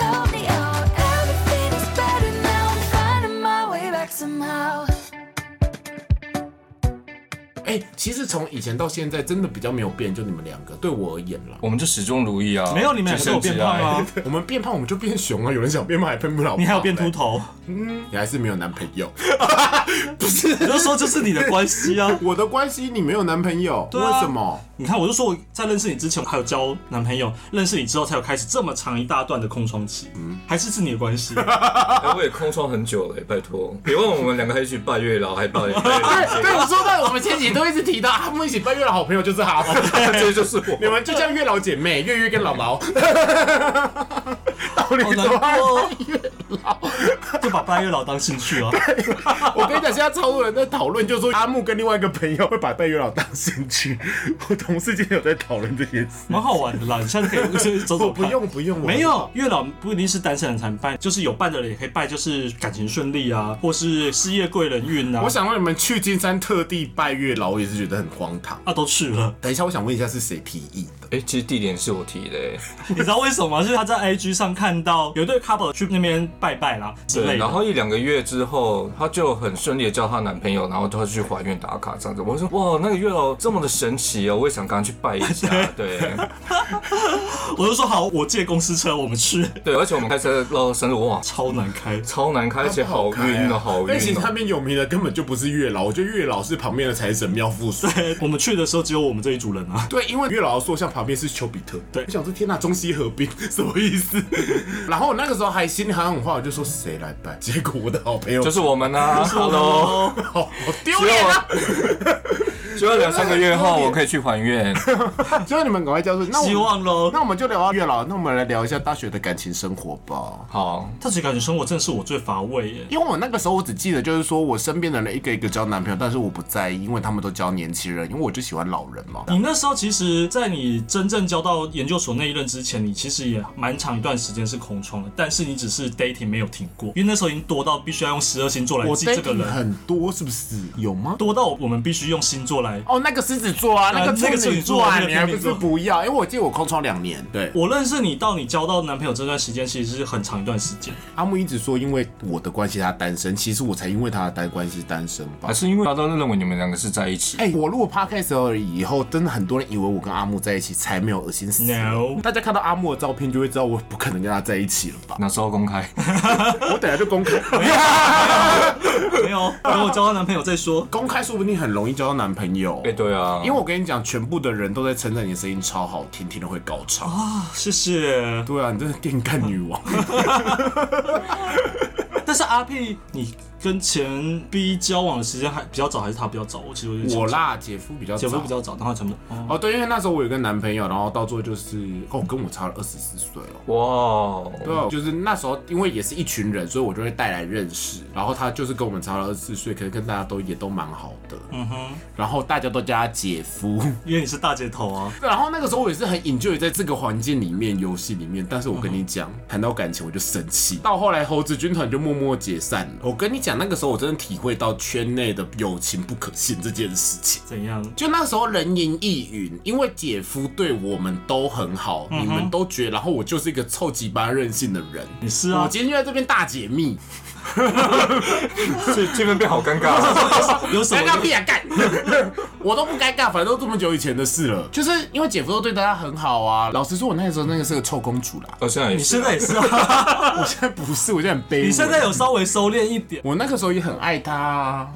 [SPEAKER 4] help me out. Everything is better now. I'm finding my way back somehow.
[SPEAKER 2] 哎、其实从以前到现在，真的比较没有变，就你们两个。对我而言啦，
[SPEAKER 1] 我们就始终如一啊！
[SPEAKER 3] 没有，你们两个都有变胖
[SPEAKER 1] 啊！
[SPEAKER 3] 啊，
[SPEAKER 2] 我们变胖我们就变熊啊，有人想变胖还变不了。
[SPEAKER 3] 你还有变秃， 头，
[SPEAKER 2] 你还是没有男朋 友。
[SPEAKER 3] 我就说这是你的关系啊。
[SPEAKER 2] 我的关系你没有男朋友，
[SPEAKER 3] 对啊
[SPEAKER 2] 为什么？
[SPEAKER 3] 你看，我就说我在认识你之前还有交男朋友，认识你之后才有开始这么长一大段的空窗期，
[SPEAKER 2] 嗯
[SPEAKER 3] 还是是你的 关 系。哦
[SPEAKER 1] 哎我也空窗很久了，欸拜托，别问我们两个还去拜月老，还拜
[SPEAKER 2] 哎对，
[SPEAKER 1] 拜
[SPEAKER 2] 对，我说到我们前几集都一直提到，他们一起拜月老好朋友就是他们，
[SPEAKER 1] 月，这就是
[SPEAKER 2] 你
[SPEAKER 1] 我。
[SPEAKER 2] 们就像月老姐妹，月月跟姥 姥。道理
[SPEAKER 3] 好
[SPEAKER 2] 怎
[SPEAKER 3] 难
[SPEAKER 2] 么办
[SPEAKER 3] 过哦，就把拜月老当 兴趣啊。
[SPEAKER 2] 我跟你讲，现在超多人在讨论，就说阿木跟另外一个朋友会把拜月老当兴趣，我都
[SPEAKER 5] 同事间有在讨论这些事。
[SPEAKER 3] 蛮好玩的啦，你下次可以就是走走
[SPEAKER 2] 不
[SPEAKER 3] 看
[SPEAKER 2] 不用不用，我
[SPEAKER 3] 没有月老不一定是单身人才拜，就是有伴的人也可以拜，就是感情顺利啊，或是事业贵人运啊
[SPEAKER 2] 我。想让你们去金山特地拜月老，我也是觉得很荒唐。
[SPEAKER 3] 啊，都去了，
[SPEAKER 2] 等一下，我想问一下是谁提议的？
[SPEAKER 1] 哎、其实地点是我提的、欸，
[SPEAKER 3] 你知道为什么吗？是他在 IG 上看到有一对 couple 去那边拜拜啦之类
[SPEAKER 1] 对。
[SPEAKER 3] 的，
[SPEAKER 1] 然后一两个月之后，她就很顺利的交她男朋友，然后她去怀孕打卡这样子。我说哇，那个月老这么的神奇哦，我也想赶快去拜一下。对
[SPEAKER 3] 我就说好，我借公司车，我们去，
[SPEAKER 1] 对，而且我们开车绕到深入，哇，
[SPEAKER 3] 超难开。
[SPEAKER 1] 超难开，而且好晕哦，好
[SPEAKER 2] 但其
[SPEAKER 1] 晕
[SPEAKER 2] 实那
[SPEAKER 1] 哦。
[SPEAKER 2] 边有名的根本就不是月老，我觉得月老是旁边的财神庙附属。
[SPEAKER 3] 我们去的时候只有我们这一组人啊，
[SPEAKER 2] 对，因为月老的塑像旁边是丘比特。
[SPEAKER 3] 对
[SPEAKER 2] 我想说天呐，中西合并 什么意思？然后我那个时候还心里还很话，我就说谁来拜？结果我的好朋友
[SPEAKER 1] 就是我们啊，Hello，
[SPEAKER 2] 好好丢
[SPEAKER 1] 只有
[SPEAKER 2] 脸啊！
[SPEAKER 1] 只有两三个月后我可以去还愿。
[SPEAKER 2] 希望你们赶快交出。那我们
[SPEAKER 3] 希望喽
[SPEAKER 2] 那我们就聊到月老，那我们来聊一下大学的感情生活吧。
[SPEAKER 1] 好，
[SPEAKER 3] 但是感觉生活真的是我最乏味耶。
[SPEAKER 2] 因为我那个时候我只记得就是说我身边的人一个一个交男朋友，但是我不在意，因为他们都交年轻人，因为我就喜欢老人嘛。
[SPEAKER 3] 你那时候其实，在你真正交到研究所那一任之前，你其实也蛮长一段时间是空窗的，但是你只是 dating 没有停过，因为那时候已经多到必须要用十二星座来
[SPEAKER 2] 我
[SPEAKER 3] 记这个
[SPEAKER 2] dating
[SPEAKER 3] 人，
[SPEAKER 2] 很多是不是？有吗？
[SPEAKER 3] 多到我们必须用星座来。
[SPEAKER 2] 哦，那个狮子座啊，
[SPEAKER 3] 呃
[SPEAKER 2] 那个
[SPEAKER 3] 那个
[SPEAKER 2] 处
[SPEAKER 3] 处
[SPEAKER 2] 女
[SPEAKER 3] 女
[SPEAKER 2] 座
[SPEAKER 3] 座
[SPEAKER 2] 啊，
[SPEAKER 3] 那个
[SPEAKER 2] 你还
[SPEAKER 3] 处
[SPEAKER 2] 不
[SPEAKER 3] 女
[SPEAKER 2] 是
[SPEAKER 3] 座
[SPEAKER 2] 不要？因为我记得我空窗两年。对，
[SPEAKER 3] 我认识你到你交到男朋友这段时间，其实是很长一段时间。
[SPEAKER 2] 阿木一直说因为我的关系他单身，其实我才因为他的单关系单身吧
[SPEAKER 1] 还。是因为大家都认为你们两个是在一起。
[SPEAKER 2] 哎、我录 podcast 而已以后，真的很多人以为我跟阿木在一起，才没有恶心死。
[SPEAKER 3] No
[SPEAKER 2] 大家看到阿木的照片就会知道我不可能跟他在一起了 吧？
[SPEAKER 1] 哪时候公开？
[SPEAKER 2] 我等下就公开，
[SPEAKER 3] 没有，等我交到男朋友再说。
[SPEAKER 2] 公开说不定很容易交到男朋友。
[SPEAKER 1] 哎，对啊，
[SPEAKER 2] 因为我跟你讲，全部的人都在称赞你的声音超好听，听了会高潮。
[SPEAKER 3] 谢谢。
[SPEAKER 2] 对啊，你真的电干女 王。
[SPEAKER 3] 但是阿屁，你跟前 B 交往的时间还比较早，还是他比较早？我其实有点想
[SPEAKER 2] 我啦，姐夫比较
[SPEAKER 3] 姐夫
[SPEAKER 2] 早
[SPEAKER 3] 比较早，然后全部。哦
[SPEAKER 2] 哦，对，因为那时候我有个男朋友，然后到最后就是哦，跟我差了二十四岁哦。
[SPEAKER 1] 哇哦，
[SPEAKER 2] 对啊，就是那时候，因为也是一群人，所以我就会带来认识。然后他就是跟我们差了二十四岁，可是跟大家都也都蛮好的。嗯哼。然后大家都叫他姐夫。
[SPEAKER 3] 因为你是大姐头啊，
[SPEAKER 2] 对然后那个时候我也是很 enjoy 在这个环境里面、游戏里面，但是我跟你讲，谈到感情我就生气。嗯到后来猴子军团就默默解散了。我跟你讲，那个时候我真的体会到圈内的友情不可信这件事情。
[SPEAKER 3] 怎样？
[SPEAKER 2] 就那时候人云亦云，因为姐夫对我们都很好，你们都觉得，然后我就是一个臭鸡巴任性的人。
[SPEAKER 3] 你是
[SPEAKER 2] 我
[SPEAKER 3] 啊，
[SPEAKER 2] 今天就在这边大解密，
[SPEAKER 1] 这气氛变好尴尬。
[SPEAKER 3] 有什
[SPEAKER 2] 尴尬
[SPEAKER 3] 么
[SPEAKER 2] 屁啊干！ 我都不尴尬，反正都这么久以前的事了。就是因为姐夫都对大家很好啊。老实说，我那时候那个是个臭公主啦。
[SPEAKER 1] 我现在也
[SPEAKER 3] 你
[SPEAKER 1] 是，
[SPEAKER 3] 现在也是啊，
[SPEAKER 2] 我现在不是，我现在很卑微。
[SPEAKER 3] 你现在有稍微收敛一点。
[SPEAKER 2] 我那个时候也很爱他、啊。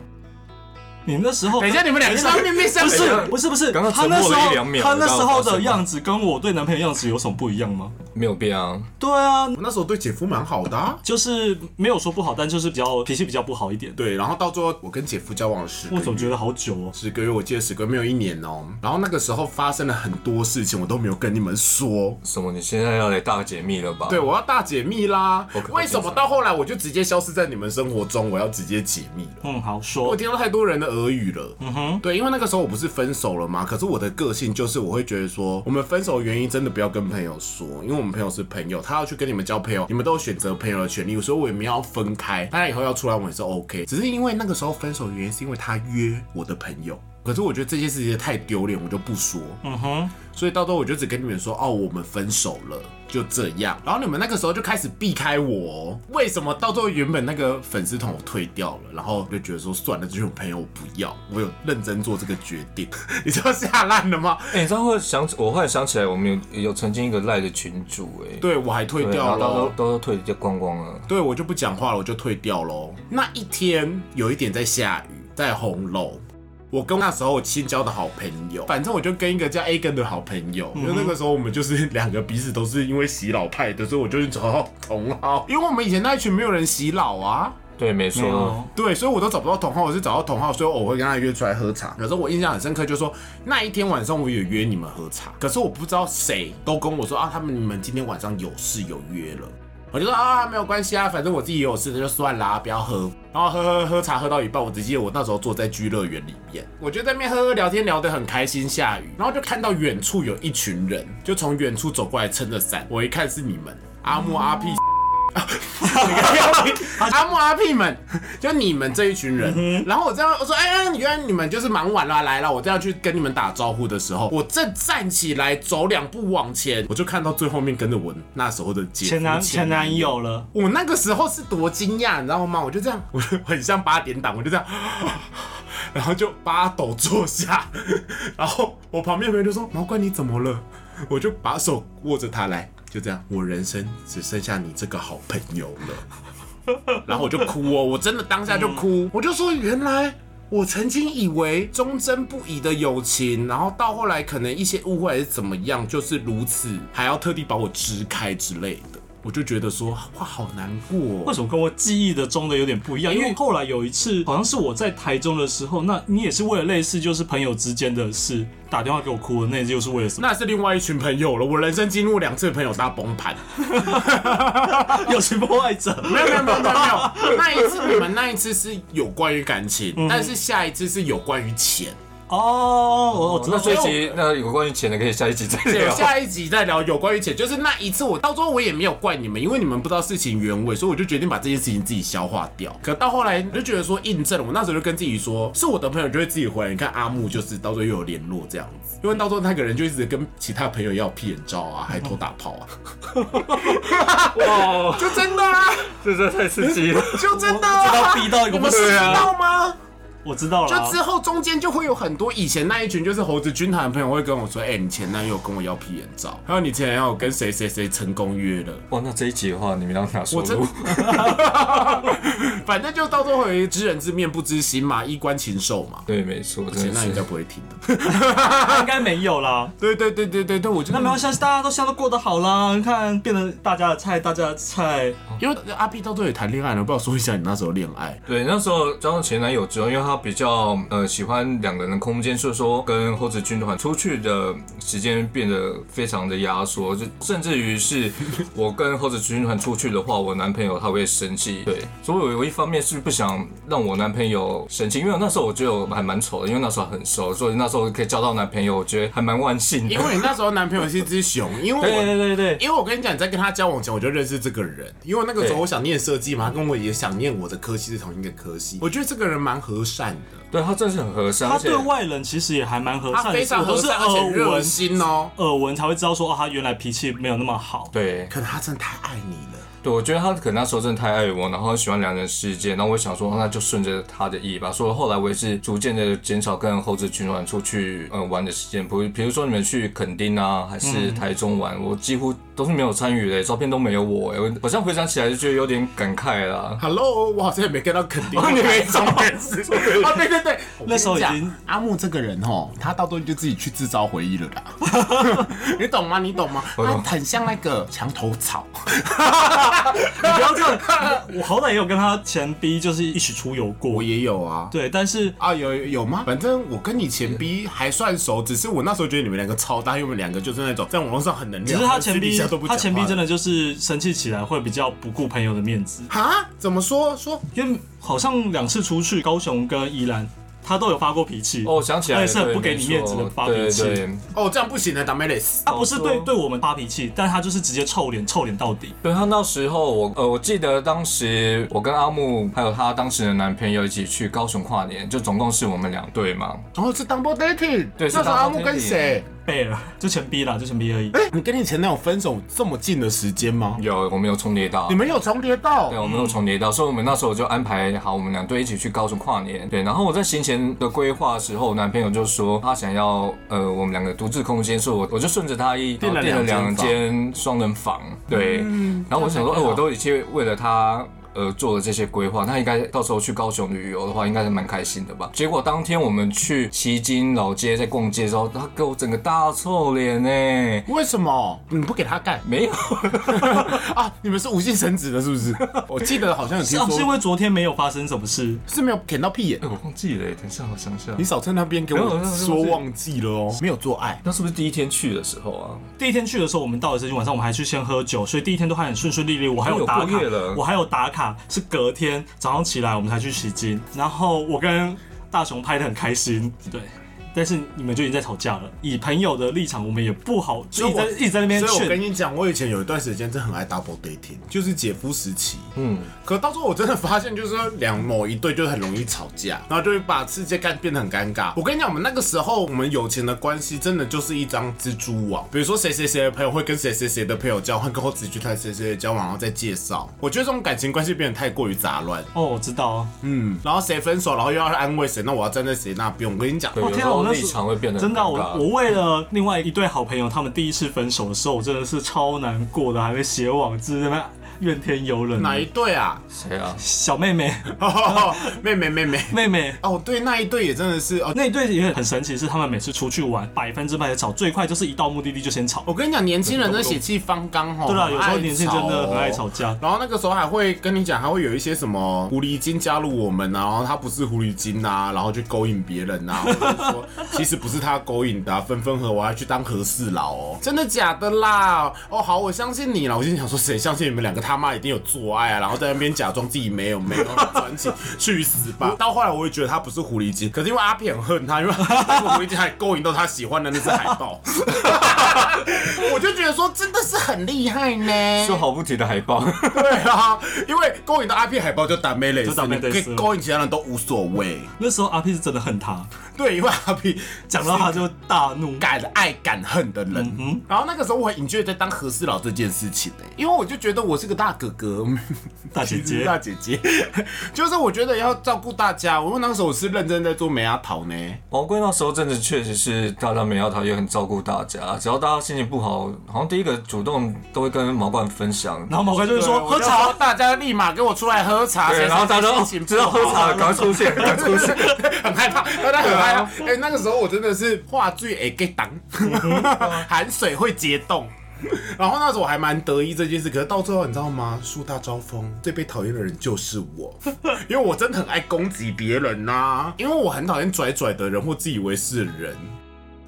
[SPEAKER 3] 你那时候，
[SPEAKER 2] 等一下，你们两个
[SPEAKER 3] 等一下
[SPEAKER 2] 在面面相
[SPEAKER 3] 不
[SPEAKER 2] 觑。啊
[SPEAKER 3] 是不是不是，
[SPEAKER 1] 刚刚
[SPEAKER 3] 他那
[SPEAKER 1] 沉
[SPEAKER 3] 时
[SPEAKER 1] 默了一两
[SPEAKER 3] 候
[SPEAKER 1] 秒
[SPEAKER 3] 他那时候
[SPEAKER 1] 我不知道发生什
[SPEAKER 3] 的
[SPEAKER 1] 么
[SPEAKER 3] 样子跟我对男朋友样子有什么不一样吗？
[SPEAKER 1] 没有变啊。
[SPEAKER 3] 对啊，
[SPEAKER 2] 我那时候对姐夫蛮好的、啊。
[SPEAKER 3] 就是没有说不好，但就是比较脾气比较不好一点。
[SPEAKER 2] 对，然后到最后我跟姐夫交往了十个
[SPEAKER 3] 我总
[SPEAKER 2] 月，
[SPEAKER 3] 觉得好久哦。
[SPEAKER 2] 十个月，我记得十个月没有一年哦。然后那个时候发生了很多事情，我都没有跟你们说。
[SPEAKER 1] 什么？你现在要来大解密了吧？
[SPEAKER 2] 对，我要大解密啦
[SPEAKER 1] OK，
[SPEAKER 2] 为什么到后来我就直接消失在你们生活中？我要直接解密了。
[SPEAKER 3] 嗯，好
[SPEAKER 2] 我
[SPEAKER 3] 说，
[SPEAKER 2] 听到太多人的俄语了，嗯哼，对，因为那个时候我不是分手了吗？可是我的个性就是我会觉得说，我们分手的原因真的不要跟朋友说，因为我们朋友是朋友，他要去跟你们交朋友，你们都有选择朋友的权利，所以我也没有要分开。当然以后要出来我也是 OK，只是因为那个时候分手的原因是因为他约我的朋友。可是我觉得这件事情太丢脸，我就不说。
[SPEAKER 3] 嗯哼，
[SPEAKER 2] 所以到时候我就只跟你们说，哦，我们分手了，就这样。然后你们那个时候就开始避开我哦，为什么？到最后原本那个粉丝团我退掉了，然后就觉得说算了，这种朋友我不要，我有认真做这个决定， 你知道下烂了吗？
[SPEAKER 1] 哎、你知道会想起，我后来想起来，我们有有曾经一个赖的群主、哎，
[SPEAKER 2] 对我还退
[SPEAKER 1] 对，然
[SPEAKER 2] 掉
[SPEAKER 1] 后
[SPEAKER 2] 了
[SPEAKER 1] 都都。都退掉光光了。
[SPEAKER 2] 对我就不讲话了，我就退掉喽。那一天有一点在下雨，在红楼。我跟那时候我新交的好朋友，反正我就跟一个叫 A 根的好朋友，因为那个时候我们就是两个彼此都是因为洗脑派的，所以我就是找到同好，因为我们以前那一群没有人洗脑啊。
[SPEAKER 1] 对，没
[SPEAKER 3] 没
[SPEAKER 1] 错
[SPEAKER 3] 有。，
[SPEAKER 2] 对，所以我都找不到同好，我是找到同好，所以我会跟他约出来喝茶。可是我印象很深刻，就是说那一天晚上我有约你们喝茶，可是我不知道谁都跟我说啊，他们你们今天晚上有事有约了。我就说啊，没有关系啊，反正我自己也有吃的，就算啦，不要喝。然后喝喝喝茶喝到一半，我只记得我那时候坐在居乐园里面，我就在那边喝喝聊天，聊得很开心。下雨，然后就看到远处有一群人，就从远处走过来，撑着伞。我一看是你们，阿
[SPEAKER 3] 嗯
[SPEAKER 2] 木阿屁。 阿木阿屁们，就你们这一群
[SPEAKER 3] 嗯
[SPEAKER 2] 人，然后我这样我说，哎、哎，原来你们就是忙完了来了，我这样去跟你们打招呼的时候，我正站起来走两步往前，我就看到最后面跟着我那时候的姐夫
[SPEAKER 3] 前男前男友了，
[SPEAKER 2] 我那个时候是多惊讶，你知道吗？我就这样，我 就很像八点档，我就这样， 然后就八抖坐下， 然后我旁边的朋友就说：“毛怪你怎么了？”我就把手握着他来，就这样，我人生只剩下你这个好朋友了。然后我就哭哦，我真的当下就哭，我就说原来。我曾经以为忠贞不移的友情，然后到后来可能一些误会还是怎么样，就是如此，还要特地把我支开之类的，我就觉得说哇，好难过、哦。
[SPEAKER 3] 为什么跟我记忆的中的有点不一样？因为后来有一次，好像是我在台中的时候，那你也是为了类似就是朋友之间的事打电话给我哭的，那又是为了 什么？
[SPEAKER 2] 那是另外一群朋友了。我人生经历过两次朋友大崩盘，
[SPEAKER 3] 友情破坏者，
[SPEAKER 2] 没有没有没有没有没有。那一次你们那一次是有关于感情，但是下一次是有关于钱。
[SPEAKER 3] 哦，我我知
[SPEAKER 1] 那
[SPEAKER 3] 道，
[SPEAKER 1] 这一集那有关于钱的可以下一集再
[SPEAKER 2] 对
[SPEAKER 3] 哦
[SPEAKER 1] 聊。
[SPEAKER 2] 下一集再聊有关于钱，就是那一次我到最后我也没有怪你们，因为你们不知道事情原委，所以我就决定把这件事情自己消化掉。可到后来我就觉得说印证了，我那时候就跟自己说，是我的朋友就会自己回来。你看阿木就是到最后又有联络这样子，因为到最后那个人就一直跟其他朋友要屁眼照啊，还偷打 炮啊， 就真的啊，
[SPEAKER 1] 这真的太刺激了。
[SPEAKER 2] 就真的、
[SPEAKER 3] 知道
[SPEAKER 2] 啊，
[SPEAKER 3] 逼到一个
[SPEAKER 2] 你
[SPEAKER 3] 不
[SPEAKER 2] 们知
[SPEAKER 3] 行
[SPEAKER 2] 道吗？
[SPEAKER 3] 我知道了啊
[SPEAKER 2] 就。之后中间就会有很多以前那一群就是猴子军团的朋友会跟我说，哎、你前男友跟我要屁眼照，还有你前男友跟谁谁谁成功约了，
[SPEAKER 1] 哇，那这一集的话，你们让哪说
[SPEAKER 2] 我真
[SPEAKER 1] 录？
[SPEAKER 2] 反正就到最后有一知人知面不知心嘛，衣冠禽兽嘛。
[SPEAKER 1] 对，没错，
[SPEAKER 2] 前
[SPEAKER 1] 真的
[SPEAKER 2] 男友应该
[SPEAKER 1] 是。
[SPEAKER 2] 不会听的。
[SPEAKER 3] 应该没有啦。
[SPEAKER 2] 对对对对对对，我就
[SPEAKER 3] 那没关系啊，大家都笑都过得好啦。你看，变成大家的菜，大家的菜。
[SPEAKER 2] 因为阿 B 到最后也谈恋爱了，不知道说一下你那时候恋爱。
[SPEAKER 1] 对，那时候交上前男友之后，因为他比较呃喜欢两个人的空间，所以说跟猴子军团出去的时间变得非常的压缩，就甚至于是我跟猴子军团出去的话，我男朋友他会生气。对，所以我一方面是不想让我男朋友生气，因为那时候我觉得我还蛮丑的，因为那时候很瘦，所以那时候可以交到男朋友，我觉得还蛮万幸的
[SPEAKER 2] 因。为你那时候男朋友是一只熊，因为
[SPEAKER 3] 对
[SPEAKER 2] 我
[SPEAKER 3] 对对对，
[SPEAKER 2] 因为我跟你讲，你在跟他交往前我就认识这个人，因为那个时候
[SPEAKER 1] 对
[SPEAKER 2] 我想念设计嘛，他跟我也想念我的科系是同一个科系，我觉得这个人蛮和善的，
[SPEAKER 1] 对他真的是很和善，
[SPEAKER 3] 他
[SPEAKER 1] 而且
[SPEAKER 3] 对外人其实也还蛮和
[SPEAKER 2] 他
[SPEAKER 3] 善
[SPEAKER 2] 非
[SPEAKER 3] 的，是
[SPEAKER 2] 常
[SPEAKER 3] 我
[SPEAKER 2] 和
[SPEAKER 3] 都是
[SPEAKER 2] 善而且
[SPEAKER 3] 耳
[SPEAKER 2] 热
[SPEAKER 3] 闻
[SPEAKER 2] 心哦。
[SPEAKER 3] 耳闻才会知道说，哦，他原来脾气没有那么好。
[SPEAKER 1] 对
[SPEAKER 2] 可能他真的太爱你了。
[SPEAKER 1] 对，我觉得他可能那时候真的太爱我，然后喜欢两人世界，然后我想说，哦那就顺着他的意吧。所以后来我也是逐渐的减少跟猴子群玩出去呃玩的时间，比如比如说你们去垦丁啊，还
[SPEAKER 3] 嗯
[SPEAKER 1] 是台中玩，我几乎都是没有参与的，照片都没有我，我好像回想起来就觉得有点感慨啦。
[SPEAKER 2] Hello，我好像也没跟到肯定。
[SPEAKER 1] 哦你没
[SPEAKER 2] 找面试 啊？对对对，
[SPEAKER 3] 那时候已经
[SPEAKER 2] 我跟你讲阿木这个人哦，他到最后就自己去制造回忆了啦。你懂吗？你懂吗？
[SPEAKER 1] 我
[SPEAKER 2] 他
[SPEAKER 1] 懂
[SPEAKER 2] 很像那个墙头草。
[SPEAKER 3] 你不要这样，我我好歹也有跟他前逼就是一起出游过
[SPEAKER 2] 我。也有啊。
[SPEAKER 3] 对，但是
[SPEAKER 2] 啊，有有有吗？反嗯正我跟你前 B 还算熟，只是我那时候觉得你们两个超搭，因为我们两个就是那种在网络上很能
[SPEAKER 3] 只
[SPEAKER 2] 聊，
[SPEAKER 3] 是他
[SPEAKER 2] 私
[SPEAKER 3] 前
[SPEAKER 2] 底
[SPEAKER 3] 逼
[SPEAKER 2] 下都不，
[SPEAKER 3] 他前逼真
[SPEAKER 2] 的
[SPEAKER 3] 的就是生气起来会比较不顾朋友的面子，
[SPEAKER 2] 哈？怎么说说？
[SPEAKER 3] 因为好像两次出去高雄跟宜兰，他都有发过脾气。
[SPEAKER 1] 哦，我想起来
[SPEAKER 3] 他
[SPEAKER 1] 了，
[SPEAKER 3] 也是很
[SPEAKER 1] 对
[SPEAKER 3] 不给你面子的
[SPEAKER 1] 没错
[SPEAKER 3] 发脾气
[SPEAKER 1] 对对
[SPEAKER 2] 哦，这样不行的，达梅雷斯。
[SPEAKER 3] 他不是
[SPEAKER 1] 好
[SPEAKER 3] 对
[SPEAKER 2] 哦
[SPEAKER 1] 说
[SPEAKER 3] 对我们发脾气，但他就是直接臭脸臭脸到底。
[SPEAKER 1] 对他那时候我，呃，我记得当时我跟阿木还有她当时的男朋友一起去高雄跨年，就总共是我们两对嘛。
[SPEAKER 2] 哦，是 double dating。
[SPEAKER 1] 对是
[SPEAKER 2] 那时候阿
[SPEAKER 1] double
[SPEAKER 2] 木跟
[SPEAKER 1] dating
[SPEAKER 2] 谁？
[SPEAKER 3] 贝尔就前逼啦，就前逼而已。
[SPEAKER 2] 哎，你跟你前男友分手这么近的时间吗？
[SPEAKER 1] 有，我们嗯有重叠到。
[SPEAKER 2] 你们有重叠到
[SPEAKER 1] 对，？我们有重叠到，所以我们那时候就安排好，我们两队一起去高雄跨年。对，然后我在行前的规划的时候，我男朋友就说他想要呃我们两个独自空间，所以我我就顺着他意
[SPEAKER 2] 订了
[SPEAKER 1] 然后订了
[SPEAKER 2] 两
[SPEAKER 1] 两嗯
[SPEAKER 2] 间
[SPEAKER 1] 呃间双人房。对，然后我想说，哎、我都已经为了他。而做的这些规划，那应该到时候去高雄旅游的话，应该是蛮开心的吧。结果当天我们去旗津老街在逛街的时候，他给我整个大臭脸呢、
[SPEAKER 2] 为什么你嗯不给他干
[SPEAKER 1] 没有，
[SPEAKER 2] 啊？你们是无性生殖的，是不是？ 我记得好像有听
[SPEAKER 3] 是啊，是因
[SPEAKER 2] 说，嗯
[SPEAKER 3] 为昨天没有发生什么事，
[SPEAKER 2] 是没有舔到屁眼
[SPEAKER 1] 哎。 我忘记了、等一下我想一下
[SPEAKER 2] 你，少在那边给
[SPEAKER 1] 没有
[SPEAKER 2] 我
[SPEAKER 1] 没有
[SPEAKER 2] 说忘记了哦，没有做爱。
[SPEAKER 1] 那是不是第一天去的时候啊？
[SPEAKER 3] 第一天去的时候，我们到的时候晚上我们还去先喝酒，所以第一天都还很顺顺利利。我还
[SPEAKER 1] 都有
[SPEAKER 3] 打
[SPEAKER 1] 过
[SPEAKER 3] 卡
[SPEAKER 1] 夜了，
[SPEAKER 3] 我还有打卡，是隔天早上起来我们才去洗金，然后我跟大雄拍的很开心，对。但是你们就已经在吵架了。以朋友的立场，我们也不好，就一直在一直在那边
[SPEAKER 2] 所以我跟
[SPEAKER 3] 劝。
[SPEAKER 2] 你讲，我以前有一段时间真的很爱 double dating，就是姐夫时期。
[SPEAKER 1] 嗯，
[SPEAKER 2] 可到时候我真的发现，就是说两某一对就很容易吵架，然后就会把世界干变得很尴尬。我跟你讲，我们那个时候我们友情的关系真的就是一张蜘蛛网，比如说谁谁谁的朋友会跟谁谁谁的朋友交换，跟后自己去谈谁谁的交往，然后再介绍。我觉得这种感情关系变得太过于杂乱，
[SPEAKER 3] 哦，我知道。
[SPEAKER 2] 嗯，然后谁分手，然后又要安慰谁，那我要站在谁那边？我跟你讲，
[SPEAKER 1] 对，
[SPEAKER 3] 哦
[SPEAKER 1] 有时
[SPEAKER 3] 天啊，我
[SPEAKER 1] 候
[SPEAKER 3] 那
[SPEAKER 1] 立
[SPEAKER 3] 时
[SPEAKER 1] 场会变得很
[SPEAKER 3] 真的啊，
[SPEAKER 1] 尴
[SPEAKER 3] 我
[SPEAKER 1] 尬
[SPEAKER 3] 我为了另外一对好朋友，他们第一次分手的时候，我真的是超难过的，还会写网志，在那边怨天尤人。
[SPEAKER 2] 哪一对 啊？
[SPEAKER 1] 谁啊？
[SPEAKER 3] 小妹妹，
[SPEAKER 2] 妹妹妹妹。
[SPEAKER 3] 妹妹，
[SPEAKER 2] 哦，对，那一对也真的是哦。
[SPEAKER 3] 那一对也很神奇，是他们每次出去玩，百分之百的吵，最快就是一到目的地就先吵。
[SPEAKER 2] 我跟你讲，年轻人的血气方刚哦。
[SPEAKER 3] 对啦，
[SPEAKER 2] 很
[SPEAKER 3] 有
[SPEAKER 2] 爱
[SPEAKER 3] 时候年轻人真的很爱
[SPEAKER 2] 哦
[SPEAKER 3] 吵架。
[SPEAKER 2] 然后那个时候还会跟你讲，还会有一些什么狐狸精加入我们啊，然后他不是狐狸精啊，然后去勾引别人 啊，或者说其实不是他勾引的、啊，分分合我还去当和事佬哦，真的假的啦？哦，好，我相信你了。我心里想说，谁相信你们两个他妈一定有做爱啊？然后在那边假装自己没有没有转起，去死吧！ 到后来我也觉得他不是狐狸精，可是因为阿片很恨他，因为那个狐狸精还勾引到他喜欢的那只海 盗，我就觉得说真的是很厉害呢，
[SPEAKER 1] 说好不提的海报，
[SPEAKER 2] 对啊，因为勾引到 IP 海报就打妹蕾丝，
[SPEAKER 3] 就打妹
[SPEAKER 2] 你
[SPEAKER 3] 蕾
[SPEAKER 2] 可
[SPEAKER 3] 丝
[SPEAKER 2] 以勾引其他人都无所谓。
[SPEAKER 3] 那时候阿 P 是真的恨他，
[SPEAKER 2] 对，因为 IP
[SPEAKER 3] 讲到他就大怒。
[SPEAKER 2] 敢爱敢恨的
[SPEAKER 3] 嗯
[SPEAKER 2] 人。然后那个时候我很 enjoy 在当和事佬这件事情呢、因为我就觉得我是个大哥哥、
[SPEAKER 3] 大姐姐
[SPEAKER 2] 其实是 大姐姐，就是我觉得要照顾大家。我那个时候我是认真在做美阿桃呢。
[SPEAKER 1] 毛龟那时候真的确实是大家没要他，也很照顾大家。只要大家心情不好，好像第一个主动都会跟毛冠分享。
[SPEAKER 3] 然后毛怪就会
[SPEAKER 2] 对
[SPEAKER 3] 说
[SPEAKER 2] 啊
[SPEAKER 3] 喝，
[SPEAKER 2] 我就
[SPEAKER 3] 茶
[SPEAKER 2] 说，大家立马给我出来喝茶。
[SPEAKER 1] 对，然后大家
[SPEAKER 2] 一
[SPEAKER 1] 都哦
[SPEAKER 2] 起
[SPEAKER 1] 知道喝茶了，赶快出 现，赶快出现。
[SPEAKER 2] 很害怕，大家很害怕。哎、那个时候我真的是话剧哎给挡， 含水会结冻。然后那时候我还蛮得意这件事，可是到最后你知道吗？树大招风，最被讨厌的人就是我，因为我真的很爱攻击别人呐、因为我很讨厌拽拽的人或自以为是的人。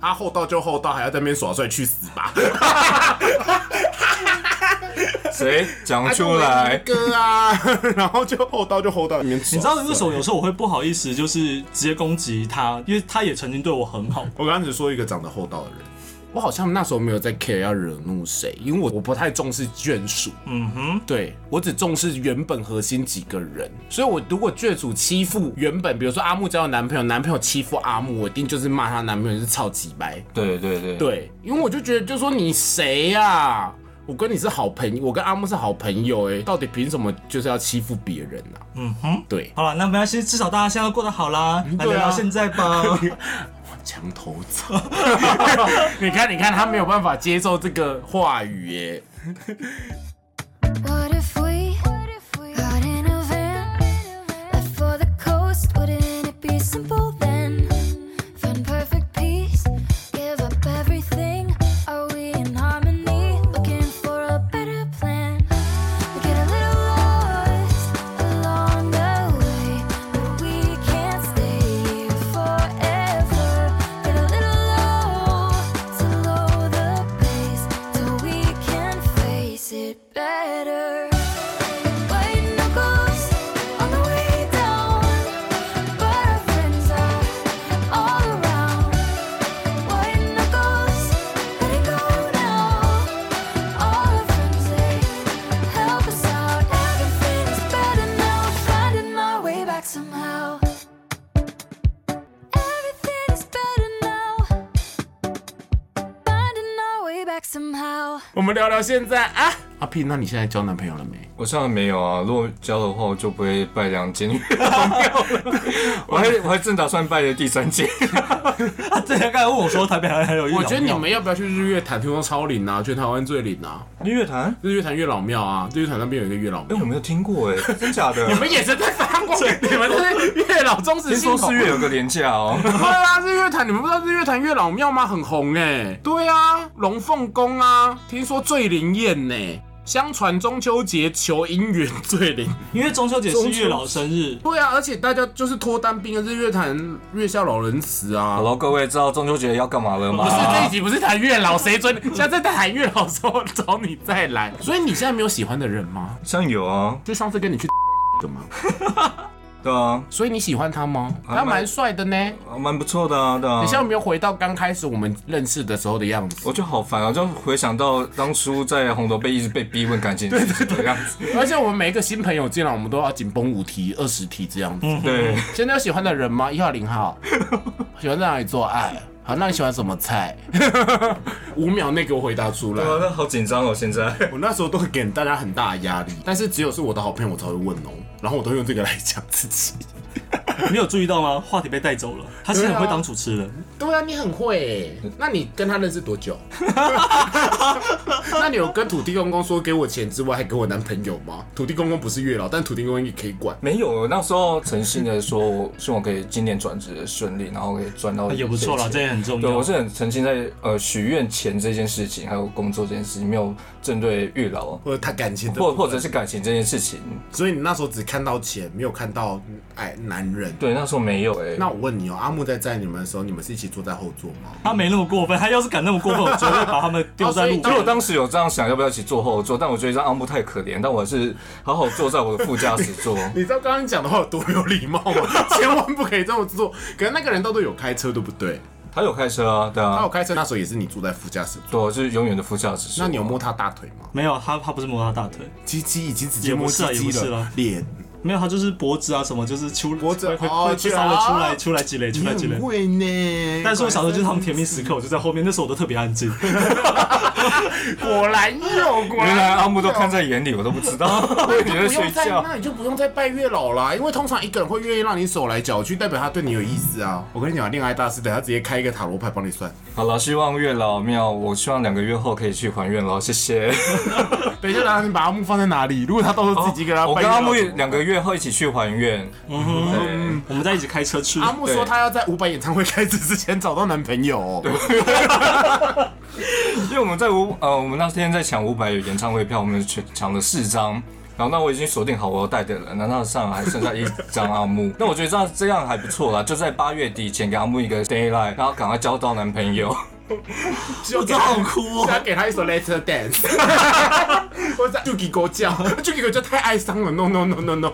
[SPEAKER 2] 他、厚道就厚道，还要在那边耍帅，去死吧！
[SPEAKER 1] 谁讲出来？
[SPEAKER 2] 哥啊， 然后就厚道就厚道，你
[SPEAKER 3] 你知道为什么有时候我会不好意思，就是直接攻击他，因为他也曾经对我很好。
[SPEAKER 2] 我刚才只说一个长得厚道的人，我好像那时候没有在 care 要惹怒谁，因为我我不太重视眷属，
[SPEAKER 3] 嗯哼，
[SPEAKER 2] 对我只重视原本核心几个人，所以我如果眷属欺负原本，比如说阿木交了男朋友，男朋友欺负阿木，我一定就是骂他男朋友是超级白，
[SPEAKER 1] 对对对，
[SPEAKER 2] 对，因为我就觉得就说你谁呀、我跟你是好朋友，我跟阿木是好朋友、哎，到底凭什么就是要欺负别人啊？
[SPEAKER 3] 嗯哼，
[SPEAKER 2] 对，
[SPEAKER 3] 好了，那没关系，至少大家现在过得好啦。来
[SPEAKER 2] 对
[SPEAKER 3] 聊
[SPEAKER 2] 啊
[SPEAKER 3] 聊现在 吧。
[SPEAKER 2] 墙头草。 你看，你看，他没有办法接受这个话语欸耶。
[SPEAKER 4] What if we got in a van, left for the coast? Wouldn't it be simple then? Find perfect peace, give up everything. Are we in harmony? Looking for a better plan. We get a little lost along the way, but we can't stay here forever. Get a little lost to lower the pace till we can face it better. White knuckles on the way down, but our friends are all around. White knuckles, let it go now. All our friends they help us out. Everything's better now. Finding my way back somehow. Everything is better now. Finding our way back somehow.
[SPEAKER 2] 我们聊聊现在啊，阿屁，那你现在交男朋友了没？
[SPEAKER 1] 我现在没有啊。如果交的话，我就不会拜两 间女朋友了。我还我还正打算拜的第三 间。
[SPEAKER 3] 啊他之前刚才问我说台北还有一，
[SPEAKER 2] 我觉得你们要不要去日月潭、听说超龄啊，全台湾最龄啊？
[SPEAKER 1] 日月潭？
[SPEAKER 2] 日月潭月老庙啊，日月潭那边有一个月老
[SPEAKER 1] 哎、
[SPEAKER 2] 庙。
[SPEAKER 1] 我没有听过哎、 真假的？
[SPEAKER 2] 你们眼神在发 光，你们是月老忠实
[SPEAKER 1] 听
[SPEAKER 2] 信
[SPEAKER 1] 说
[SPEAKER 2] 徒
[SPEAKER 1] 四。月有个廉价哦。
[SPEAKER 2] 对啊，日月潭，你们不知道日月潭月老庙吗？很红哎、对啊，龙凤宫啊，听说最灵验呢。相传中秋节求姻缘最灵。
[SPEAKER 3] 因为中秋节是月老生日，
[SPEAKER 2] 对啊，而且大家就是脱单兵，日月潭月下老人死啊。
[SPEAKER 1] 好了，各位知道中秋节要干嘛了吗？
[SPEAKER 2] 不是这一集不是谈月老，谁 准？下次谈月老的时候找你再来。所以你现在没有喜欢的人吗？
[SPEAKER 1] 像有啊，
[SPEAKER 2] 就上次跟你 去的吗？
[SPEAKER 1] 对啊，
[SPEAKER 2] 所以你喜欢他吗？
[SPEAKER 1] 还
[SPEAKER 2] 他蛮
[SPEAKER 1] 蛮
[SPEAKER 2] 帅的呢。
[SPEAKER 1] 啊蛮不错的啊，对啊
[SPEAKER 2] 你。现在有没有回到刚开始我们认识的时候的样子？
[SPEAKER 1] 我就好烦啊，就回想到当初在红楼被一直被逼问感情是这样子。
[SPEAKER 2] 而且我们每一个新朋友进来，我们都要紧绷五题、二十题这样子。
[SPEAKER 1] 对，
[SPEAKER 2] 现在有喜欢的人吗？一号、零 号，喜欢在哪里做爱？好，那你喜欢什么菜？ 五秒内给我回答出来
[SPEAKER 1] 对。啊，那好紧张哦，现在。
[SPEAKER 2] 我那时候都会给大家很大的压力，但是只有是我的好朋友我才会问哦、然后我都用这个来讲自己。
[SPEAKER 3] 你有注意到吗？话题被带走了，他是
[SPEAKER 2] 对
[SPEAKER 3] 很
[SPEAKER 2] 啊
[SPEAKER 3] 会当主持人。
[SPEAKER 2] 对啊，你很会欸、那你跟他认识多 久？那你有跟土地公公说给我钱之外，还给我男朋友吗？土地公公不是月老，但土地公公也可以管。
[SPEAKER 1] 没有，那时候诚心的说，我希望可以今年转职的顺利，然后可以赚到
[SPEAKER 3] 也不错啦，
[SPEAKER 1] 一些
[SPEAKER 3] 这
[SPEAKER 1] 钱
[SPEAKER 3] 也很重
[SPEAKER 1] 对，
[SPEAKER 3] 要。
[SPEAKER 1] 我是很沉浸在呃许愿钱这件事情，还有工作这件事情，没有针对月老，
[SPEAKER 2] 或者他感情的
[SPEAKER 1] 或
[SPEAKER 2] 部分，
[SPEAKER 1] 或者是感情这件事情。
[SPEAKER 2] 所以你那时候只看到钱，没有看到嗯哎男人。
[SPEAKER 1] 对，那时候没有哎、
[SPEAKER 2] 那我问你哦，阿木在载你们的时候，你们是一起坐在后座吗？
[SPEAKER 3] 他没那么过分，他要是敢那么过分，我绝对把他们丢在
[SPEAKER 2] 哦所
[SPEAKER 3] 路
[SPEAKER 2] 以
[SPEAKER 1] 因为
[SPEAKER 3] 边
[SPEAKER 1] 我。当时有这样想，要不要一起坐后座？但我觉得这样阿木太可怜，但我还是好好坐在我的副驾驶 座。
[SPEAKER 2] 你知道刚刚讲的话有多有礼貌 吗？千万不可以这么做。可是那个人到底有开车，对不对？
[SPEAKER 1] 他有开车啊，对
[SPEAKER 2] 他有
[SPEAKER 1] 啊，
[SPEAKER 2] 开车，那时候也是你坐在副驾驶
[SPEAKER 3] 啊
[SPEAKER 2] 座。
[SPEAKER 1] 对，我啊是永远的副驾驶座。
[SPEAKER 2] 那你有摸他大腿吗？
[SPEAKER 3] 没有，他他不是摸他大腿，
[SPEAKER 2] 鸡鸡已经直接
[SPEAKER 3] 也不
[SPEAKER 2] 摸
[SPEAKER 3] 是
[SPEAKER 2] 鸡
[SPEAKER 3] 啊也
[SPEAKER 2] 鸡
[SPEAKER 3] 不是
[SPEAKER 2] 了
[SPEAKER 3] 啦，
[SPEAKER 2] 脸。
[SPEAKER 3] 没有，他就是脖子啊什么，就是出
[SPEAKER 2] 脖子
[SPEAKER 3] 会会
[SPEAKER 2] 哦
[SPEAKER 3] 会
[SPEAKER 2] 去
[SPEAKER 3] 去稍微
[SPEAKER 2] 啊
[SPEAKER 3] 出来出来积累出
[SPEAKER 2] 你
[SPEAKER 3] 来积累
[SPEAKER 2] 很。会呢。
[SPEAKER 3] 但是我想说，就是他们甜蜜时刻，我就在后面，那时候我都特别安 静。
[SPEAKER 2] 果然有，果
[SPEAKER 1] 原来
[SPEAKER 2] 然
[SPEAKER 1] 阿木都看在眼里，我都不知 道， 我以为你在
[SPEAKER 2] 不
[SPEAKER 1] 睡
[SPEAKER 2] 用再，
[SPEAKER 1] 觉。
[SPEAKER 2] 那你就不用再拜月老啦，因为通常一个人会愿意让你手来脚去，代表他对你有意思啊。我跟你讲，恋爱大师等下直接开一个塔罗牌帮你算。
[SPEAKER 1] 好了，希望月老庙，我希望两个月后可以去还愿了，谢谢。
[SPEAKER 2] 等一下，然后你把阿木放在哪里？如果他到时候自己跟他
[SPEAKER 1] 我
[SPEAKER 2] 拜
[SPEAKER 1] 跟
[SPEAKER 2] 月老
[SPEAKER 1] 阿
[SPEAKER 3] 哦
[SPEAKER 2] 怎么办，
[SPEAKER 1] 木两个月后一起去还愿。嗯，
[SPEAKER 3] 我们在一起开车去，
[SPEAKER 2] 阿木说他要在五百演唱会开始之前找到男朋友哦、
[SPEAKER 1] 因为我们在五呃，我们那天在抢五百演唱会票，我们抢抢了四张。然后那我已经锁定好我要带的人了，那上还剩下一张阿木。 那我觉得这样这样还不错啦，就在八月底前给阿木一个 d a y l i g h t 然后赶快交到男朋 友。
[SPEAKER 3] 我真的好哭
[SPEAKER 2] 他
[SPEAKER 3] 哦。
[SPEAKER 2] 给他一首 Let Her Dance，或者就给狗叫，就啊给狗叫太哀伤了，No No No No No。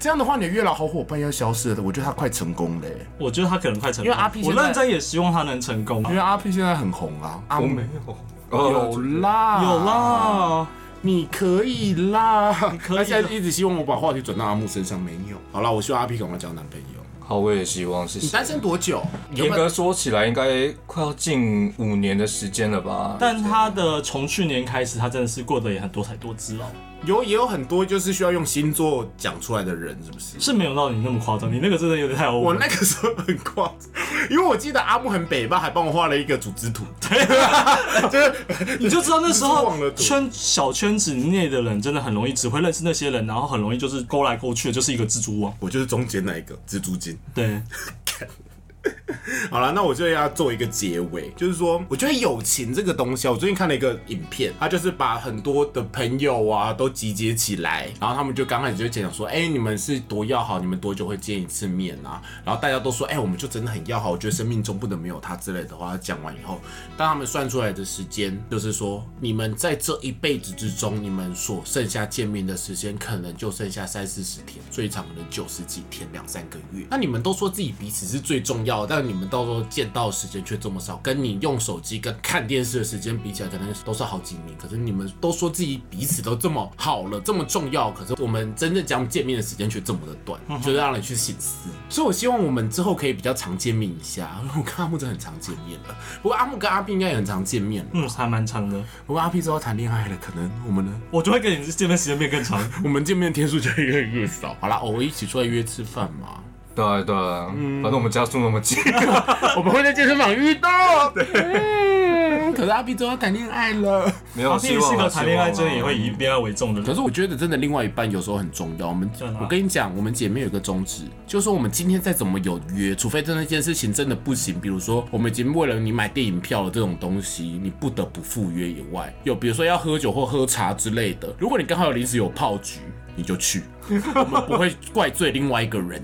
[SPEAKER 2] 这样的话，你的月老好伙伴要消失了，我觉得他快成功了耶，欸
[SPEAKER 3] 我觉得他可能快成功，
[SPEAKER 2] 因为阿 P
[SPEAKER 3] 我
[SPEAKER 2] 现在
[SPEAKER 3] 认真也希望他能成功。
[SPEAKER 2] 因为阿 P 现在很红啊。阿
[SPEAKER 1] 我
[SPEAKER 2] 木
[SPEAKER 1] 没有，哦
[SPEAKER 2] 有啦，
[SPEAKER 3] 有，
[SPEAKER 2] 哦
[SPEAKER 3] 啦，
[SPEAKER 2] 你可以啦。
[SPEAKER 3] 可以啦
[SPEAKER 2] 他现在一直希望我把话题转到阿木身上，没有。好啦，我希望阿 P 赶快交男朋友。
[SPEAKER 1] 好，我也希望，谢
[SPEAKER 2] 你
[SPEAKER 1] 谢
[SPEAKER 2] 单。身多久？
[SPEAKER 1] 严格说起来，应该快要近五年的时间了吧？
[SPEAKER 3] 但他的从去年开始，他真的是过得也很多彩多姿哦，
[SPEAKER 2] 有也有很多就是需要用星座讲出来的人，是不是？
[SPEAKER 3] 是没有到你那么夸张，你那个真的有点太 over。
[SPEAKER 2] 我那个时候很夸张，因为我记得阿木很北吧，还帮我画了一个组织 图。 就是
[SPEAKER 3] 你就知道那时候
[SPEAKER 2] 忘了读
[SPEAKER 3] 圈小圈子内的人真的很容易只会认识那些人，然后很容易就是勾来勾去的，就是一个蜘蛛网。
[SPEAKER 2] 我就是中间那一个蜘蛛精。
[SPEAKER 3] 对，
[SPEAKER 2] 好了，那我就要做一个结尾，就是说，我觉得友情这个东西啊，我最近看了一个影片，他就是把很多的朋友啊都集结起来，然后他们就刚开始就讲说，哎、你们是多要好，你们多久会见一次面啊？然后大家都说，哎、我们就真的很要好，我觉得生命中不能没有他之类的话。讲完以后，当他们算出来的时间，就是说，你们在这一辈子之中，你们所剩下见面的时间，可能就剩下三四十天，最长的九十几天，两三个月。那你们都说自己彼此是最重要的，但你们到时候见到的时间却这么少，跟你用手机跟看电视的时间比起来，可能都是好几年。可是你们都说自己彼此都这么好了，这么重要，可是我们真正讲见面的时间却这么的短，就是让人去醒思。所以我希望我们之后可以比较常见面一下， 因为我跟阿木真的很常见面了。不过阿木跟阿斌应该也很常见面了。
[SPEAKER 3] 嗯，还蛮长的，
[SPEAKER 2] 不过阿 P 之后谈恋爱了，可能我们呢，
[SPEAKER 3] 我就会跟你见面时间变更长。
[SPEAKER 2] 我们见面天数就越来越少。好啦，偶尔一起出来约吃饭嘛，
[SPEAKER 1] 对啊对 啊，反正我们家住那么近，
[SPEAKER 2] 我们会在健身房遇到。对，可是阿 B 都要谈恋爱了。
[SPEAKER 1] 没
[SPEAKER 3] 然
[SPEAKER 1] 有
[SPEAKER 3] 后第
[SPEAKER 1] 希
[SPEAKER 3] 一
[SPEAKER 1] 望
[SPEAKER 3] 是
[SPEAKER 1] 啊
[SPEAKER 3] 个谈恋爱
[SPEAKER 1] 希
[SPEAKER 3] 真
[SPEAKER 1] 望啊
[SPEAKER 3] 的也会以恋爱为重的
[SPEAKER 2] 可
[SPEAKER 3] 人，
[SPEAKER 2] 是我觉得真的另外一半有时候很重要。我们
[SPEAKER 3] 对啦
[SPEAKER 2] 我跟你讲，我们姐妹有一个宗旨，就是说我们今天再怎么有约，除非真的一件事情真的不行，比如说我们已经为了你买电影票的这种东西，你不得不赴约以外，有比如说要喝酒或喝茶之类的，如果你刚好有临时有炮局，你就去，我们不会怪罪另外一个人。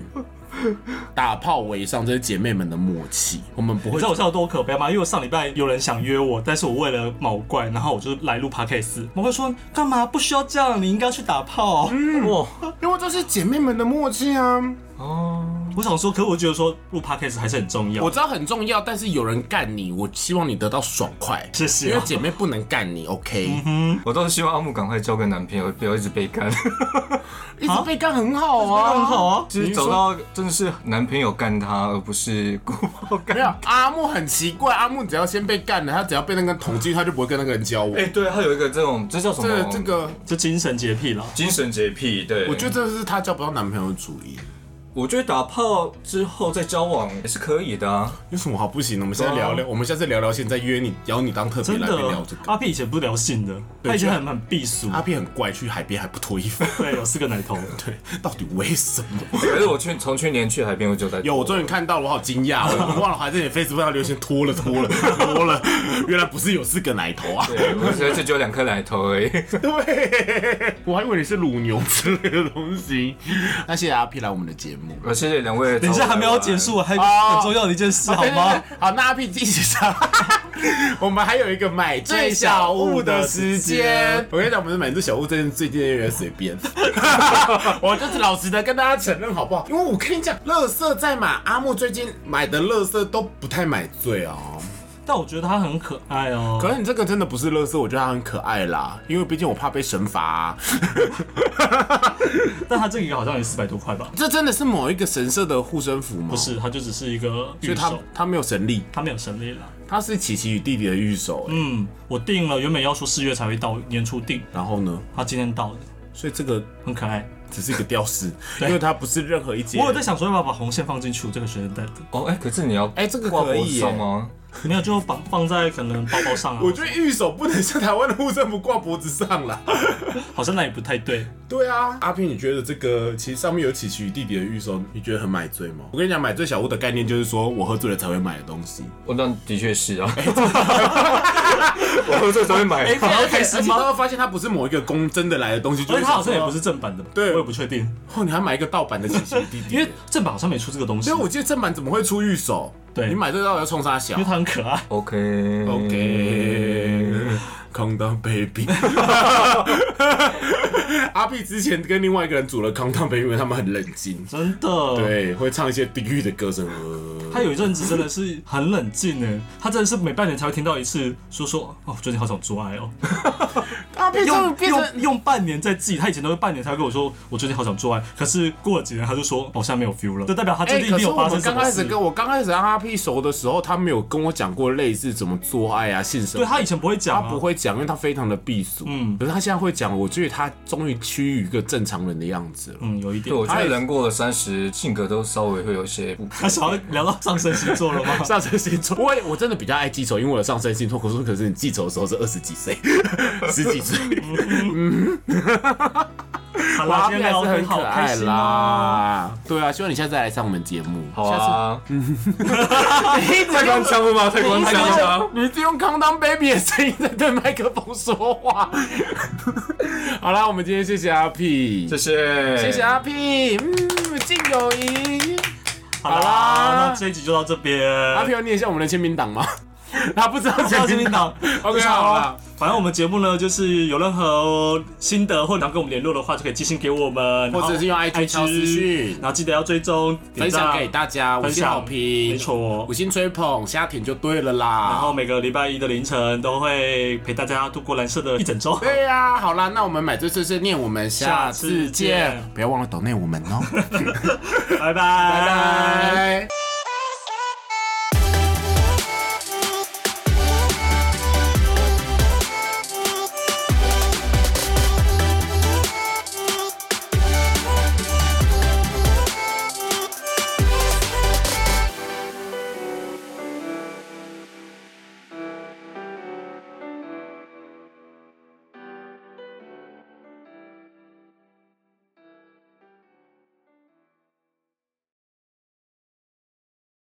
[SPEAKER 2] 打炮为上，这是姐妹们的默契，我们不
[SPEAKER 3] 你
[SPEAKER 2] 会
[SPEAKER 3] 知道我笑得多可悲吗？因为我上礼拜有人想约我，但是我为了毛怪，然后我就来录 podcast。毛怪说：“干嘛不需要这样？你应该去打炮。啊
[SPEAKER 1] 哇
[SPEAKER 2] 因为这是姐妹们的默契啊。
[SPEAKER 1] 哦，
[SPEAKER 3] 我想说，可我觉得说录 podcast 还是很重要。
[SPEAKER 2] 我知道很重要，但是有人干你，我希望你得到爽快。
[SPEAKER 3] 谢谢啊嗯
[SPEAKER 2] 因为姐妹不能干你，OK？、
[SPEAKER 1] 我倒是希望阿木赶快交个男朋友，不要一直被干，
[SPEAKER 2] 一直被干很好啊，
[SPEAKER 3] 很好啊，
[SPEAKER 1] 就是找到真的是男朋友干他，而不是姑婆
[SPEAKER 2] 没有
[SPEAKER 1] 干。
[SPEAKER 2] 阿木很奇怪，阿木只要先被干了，他只要被那个统计，他就不会跟那个人交往。
[SPEAKER 1] 哎、对，他有一个这种，这叫什
[SPEAKER 2] 这
[SPEAKER 1] 么
[SPEAKER 3] 哦
[SPEAKER 2] 个？这个，
[SPEAKER 3] 就精神洁癖啦。
[SPEAKER 1] 精神洁癖。对，
[SPEAKER 2] 我觉得这是他交不到男朋友的主意。
[SPEAKER 1] 我觉得打炮之后再交往也是可以的啊。
[SPEAKER 2] 有什么好不行的？我们现在聊聊，我们下次聊聊，现在约你，邀你当特别
[SPEAKER 3] 啊真
[SPEAKER 2] 来
[SPEAKER 3] 的
[SPEAKER 2] 宾聊这，个。
[SPEAKER 3] 阿 P 以前不聊性的，
[SPEAKER 2] 对
[SPEAKER 3] 他以前很很避俗。
[SPEAKER 2] 阿片很怪，去海边还不脱衣 服，
[SPEAKER 3] 对，有四个奶头。
[SPEAKER 2] 对，到底为什么？
[SPEAKER 1] 可是我去从去年去海边我就在
[SPEAKER 2] 有，我终于看到了，我好惊 讶，我忘了还在你 Facebook 上留言脱了脱了脱 了，原来不是有四个奶头啊！
[SPEAKER 1] 对，我现在就只有两颗奶头而已。
[SPEAKER 2] 对，我还以为你是乳牛之类的东西。呃那谢谢阿 P 来我们的节目。
[SPEAKER 1] 我谢谢两位。
[SPEAKER 3] 等一下还没有结束，，还有一个很重要的一件事，好
[SPEAKER 2] 哦对对
[SPEAKER 3] 吗
[SPEAKER 2] 对？ 好，那阿 P 继续 上。我们还有一个买最小物的时间。我跟你讲，我们的买最小物这件最近有点随 便。我就是老实的跟大家承认，好不好？因为我跟你讲，乐色在买，阿木最近买的乐色都不太买醉啊、
[SPEAKER 3] 但我觉得他很可爱哦。
[SPEAKER 2] 可是你这个真的不是乐色，我觉得它很可爱啦，因为毕竟我怕被神罚、啊。
[SPEAKER 3] 但他这个好像也四百多块吧？
[SPEAKER 2] 这真的是某一个神社的护身符吗？
[SPEAKER 3] 不，是，他就只是一个
[SPEAKER 2] 所
[SPEAKER 3] 御
[SPEAKER 2] 以它
[SPEAKER 3] 手，
[SPEAKER 2] 它没有神力，
[SPEAKER 3] 他没有神力了。
[SPEAKER 2] 它是琪琪与弟弟的御手、欸。
[SPEAKER 3] 嗯，我订了，原本要说四月才会到，年初订，
[SPEAKER 2] 然后呢，
[SPEAKER 3] 他今天到的，
[SPEAKER 2] 所以这个
[SPEAKER 3] 很可爱。
[SPEAKER 2] 只是一个吊饰，因
[SPEAKER 3] 对
[SPEAKER 2] 为它不是任何一节。
[SPEAKER 3] 我有在想说要不要把红线放进去我这个学生袋的，
[SPEAKER 1] 哦，哎、可是你要
[SPEAKER 2] 哎这个
[SPEAKER 1] 挂
[SPEAKER 2] 可
[SPEAKER 1] 脖
[SPEAKER 2] 以
[SPEAKER 1] 子
[SPEAKER 2] 耶
[SPEAKER 1] 上吗？
[SPEAKER 3] 没有就绑放在可能包包上啊。
[SPEAKER 2] 我觉得御手不能像台湾的护身符挂脖子上啦。
[SPEAKER 3] 好像那也不太对。
[SPEAKER 2] 对啊，阿平，你觉得这个其实上面有琪琪与弟弟的御手，你觉得很买醉吗？我跟你讲，买醉小屋的概念就是说我喝醉了才会买的东西。
[SPEAKER 1] 我哦那的确是啊。 我喝醉才会买。
[SPEAKER 2] 而且而且他会发现它不是某一个公真的来的东西，就
[SPEAKER 3] 而
[SPEAKER 2] 是
[SPEAKER 3] 且它好像也
[SPEAKER 2] 想说
[SPEAKER 3] 不是正版的吧，
[SPEAKER 2] 对
[SPEAKER 3] 我也不确定，
[SPEAKER 2] 哦，你还买一个盗版的琪琪与弟弟，
[SPEAKER 3] 因为正版好像没出这个东西。
[SPEAKER 2] 所以我记得正版怎么会出御手？
[SPEAKER 3] 对
[SPEAKER 2] 你买这到底要冲啥小
[SPEAKER 3] 因为？它很可爱，
[SPEAKER 1] OK
[SPEAKER 2] OK，康当 baby。阿碧之前跟另外一个人组了康当 baby，因为他们很冷静，
[SPEAKER 3] 真的。，
[SPEAKER 2] 对，会唱一些地狱的歌声。
[SPEAKER 3] 他有一阵子真的是很冷静呢，他真的是每半年才会听到一次，说说哦，最近好想做爱哦，
[SPEAKER 2] 阿 碧
[SPEAKER 3] 用用用半年在记，他以前都是半年才会跟我说我最近好想做爱，可是过了几年他就说哦，现在没有 feel 了，就代表他
[SPEAKER 2] 哎、
[SPEAKER 3] 最近一
[SPEAKER 2] 可
[SPEAKER 3] 定
[SPEAKER 2] 是
[SPEAKER 3] 有
[SPEAKER 2] 我
[SPEAKER 3] 发生
[SPEAKER 2] 们
[SPEAKER 3] 什
[SPEAKER 2] 刚
[SPEAKER 3] 么
[SPEAKER 2] 开
[SPEAKER 3] 事
[SPEAKER 2] 始。跟我刚开始跟阿 P 熟的时候，他没有跟我讲过类似怎么做爱啊、性生
[SPEAKER 3] 对
[SPEAKER 2] 活。
[SPEAKER 3] 他以前不会讲、
[SPEAKER 2] 他
[SPEAKER 3] 啊，
[SPEAKER 2] 不会讲，因为他非常的避俗。嗯，
[SPEAKER 3] 嗯
[SPEAKER 2] 可是他现在会讲，我觉得他终于趋于一个正常人的样子了。
[SPEAKER 3] 嗯，有一点
[SPEAKER 1] 对，。我觉得人过了三十，性格都稍微会有一些不。
[SPEAKER 3] 他想要聊到上升星座了吗？
[SPEAKER 2] 上升星座，我也我真的比较爱记仇，因为我的上升星座，可是可是你记仇的时候是二十几 岁、十几岁，
[SPEAKER 3] 好
[SPEAKER 2] 哇，
[SPEAKER 3] 啦，
[SPEAKER 2] 还
[SPEAKER 3] 今
[SPEAKER 2] 是
[SPEAKER 3] 天聊得
[SPEAKER 2] 很可
[SPEAKER 3] 好
[SPEAKER 2] 爱
[SPEAKER 3] 开心啊！
[SPEAKER 2] 啦。对啊，希望你下次再来上我们节目。
[SPEAKER 1] 好啊，
[SPEAKER 2] 下次，你
[SPEAKER 1] 太官腔了吗？太官腔了吗。
[SPEAKER 2] 你是用康当 baby 的声音在对麦克风说话。 好啦，我们今天谢谢阿 P，
[SPEAKER 1] 谢谢，
[SPEAKER 2] 谢谢阿 P，嗯，敬有谊。
[SPEAKER 3] 好啦，那这一集就到这边。
[SPEAKER 2] 阿 P 要念一下我们的签名档吗？他不知道
[SPEAKER 3] 到
[SPEAKER 2] 签
[SPEAKER 3] 这
[SPEAKER 2] 名
[SPEAKER 3] 边
[SPEAKER 2] 档。
[SPEAKER 3] 档
[SPEAKER 2] OK，好啦。
[SPEAKER 3] 反正我们节目呢，就是有任何心得或者想跟我们联络的话，就可以寄信给我们，
[SPEAKER 2] 或者是用
[SPEAKER 3] 然
[SPEAKER 2] IG 敲
[SPEAKER 3] 后
[SPEAKER 2] 私讯
[SPEAKER 3] 然后记得要追踪、
[SPEAKER 2] 分
[SPEAKER 3] 点赞
[SPEAKER 2] 享给大家，五
[SPEAKER 3] 分
[SPEAKER 2] 星
[SPEAKER 3] 享
[SPEAKER 2] 好评，
[SPEAKER 3] 没错
[SPEAKER 2] 五星吹捧，瞎舔就对了啦。
[SPEAKER 3] 然后每个礼拜一的凌晨都会陪大家度过蓝色的一整周。
[SPEAKER 2] 对呀、好啦，那我们买醉碎碎念，我们下次
[SPEAKER 3] 下次
[SPEAKER 2] 见，
[SPEAKER 3] 见
[SPEAKER 2] 不要忘了抖内我们哦，
[SPEAKER 3] 拜拜，拜
[SPEAKER 2] 拜。拜。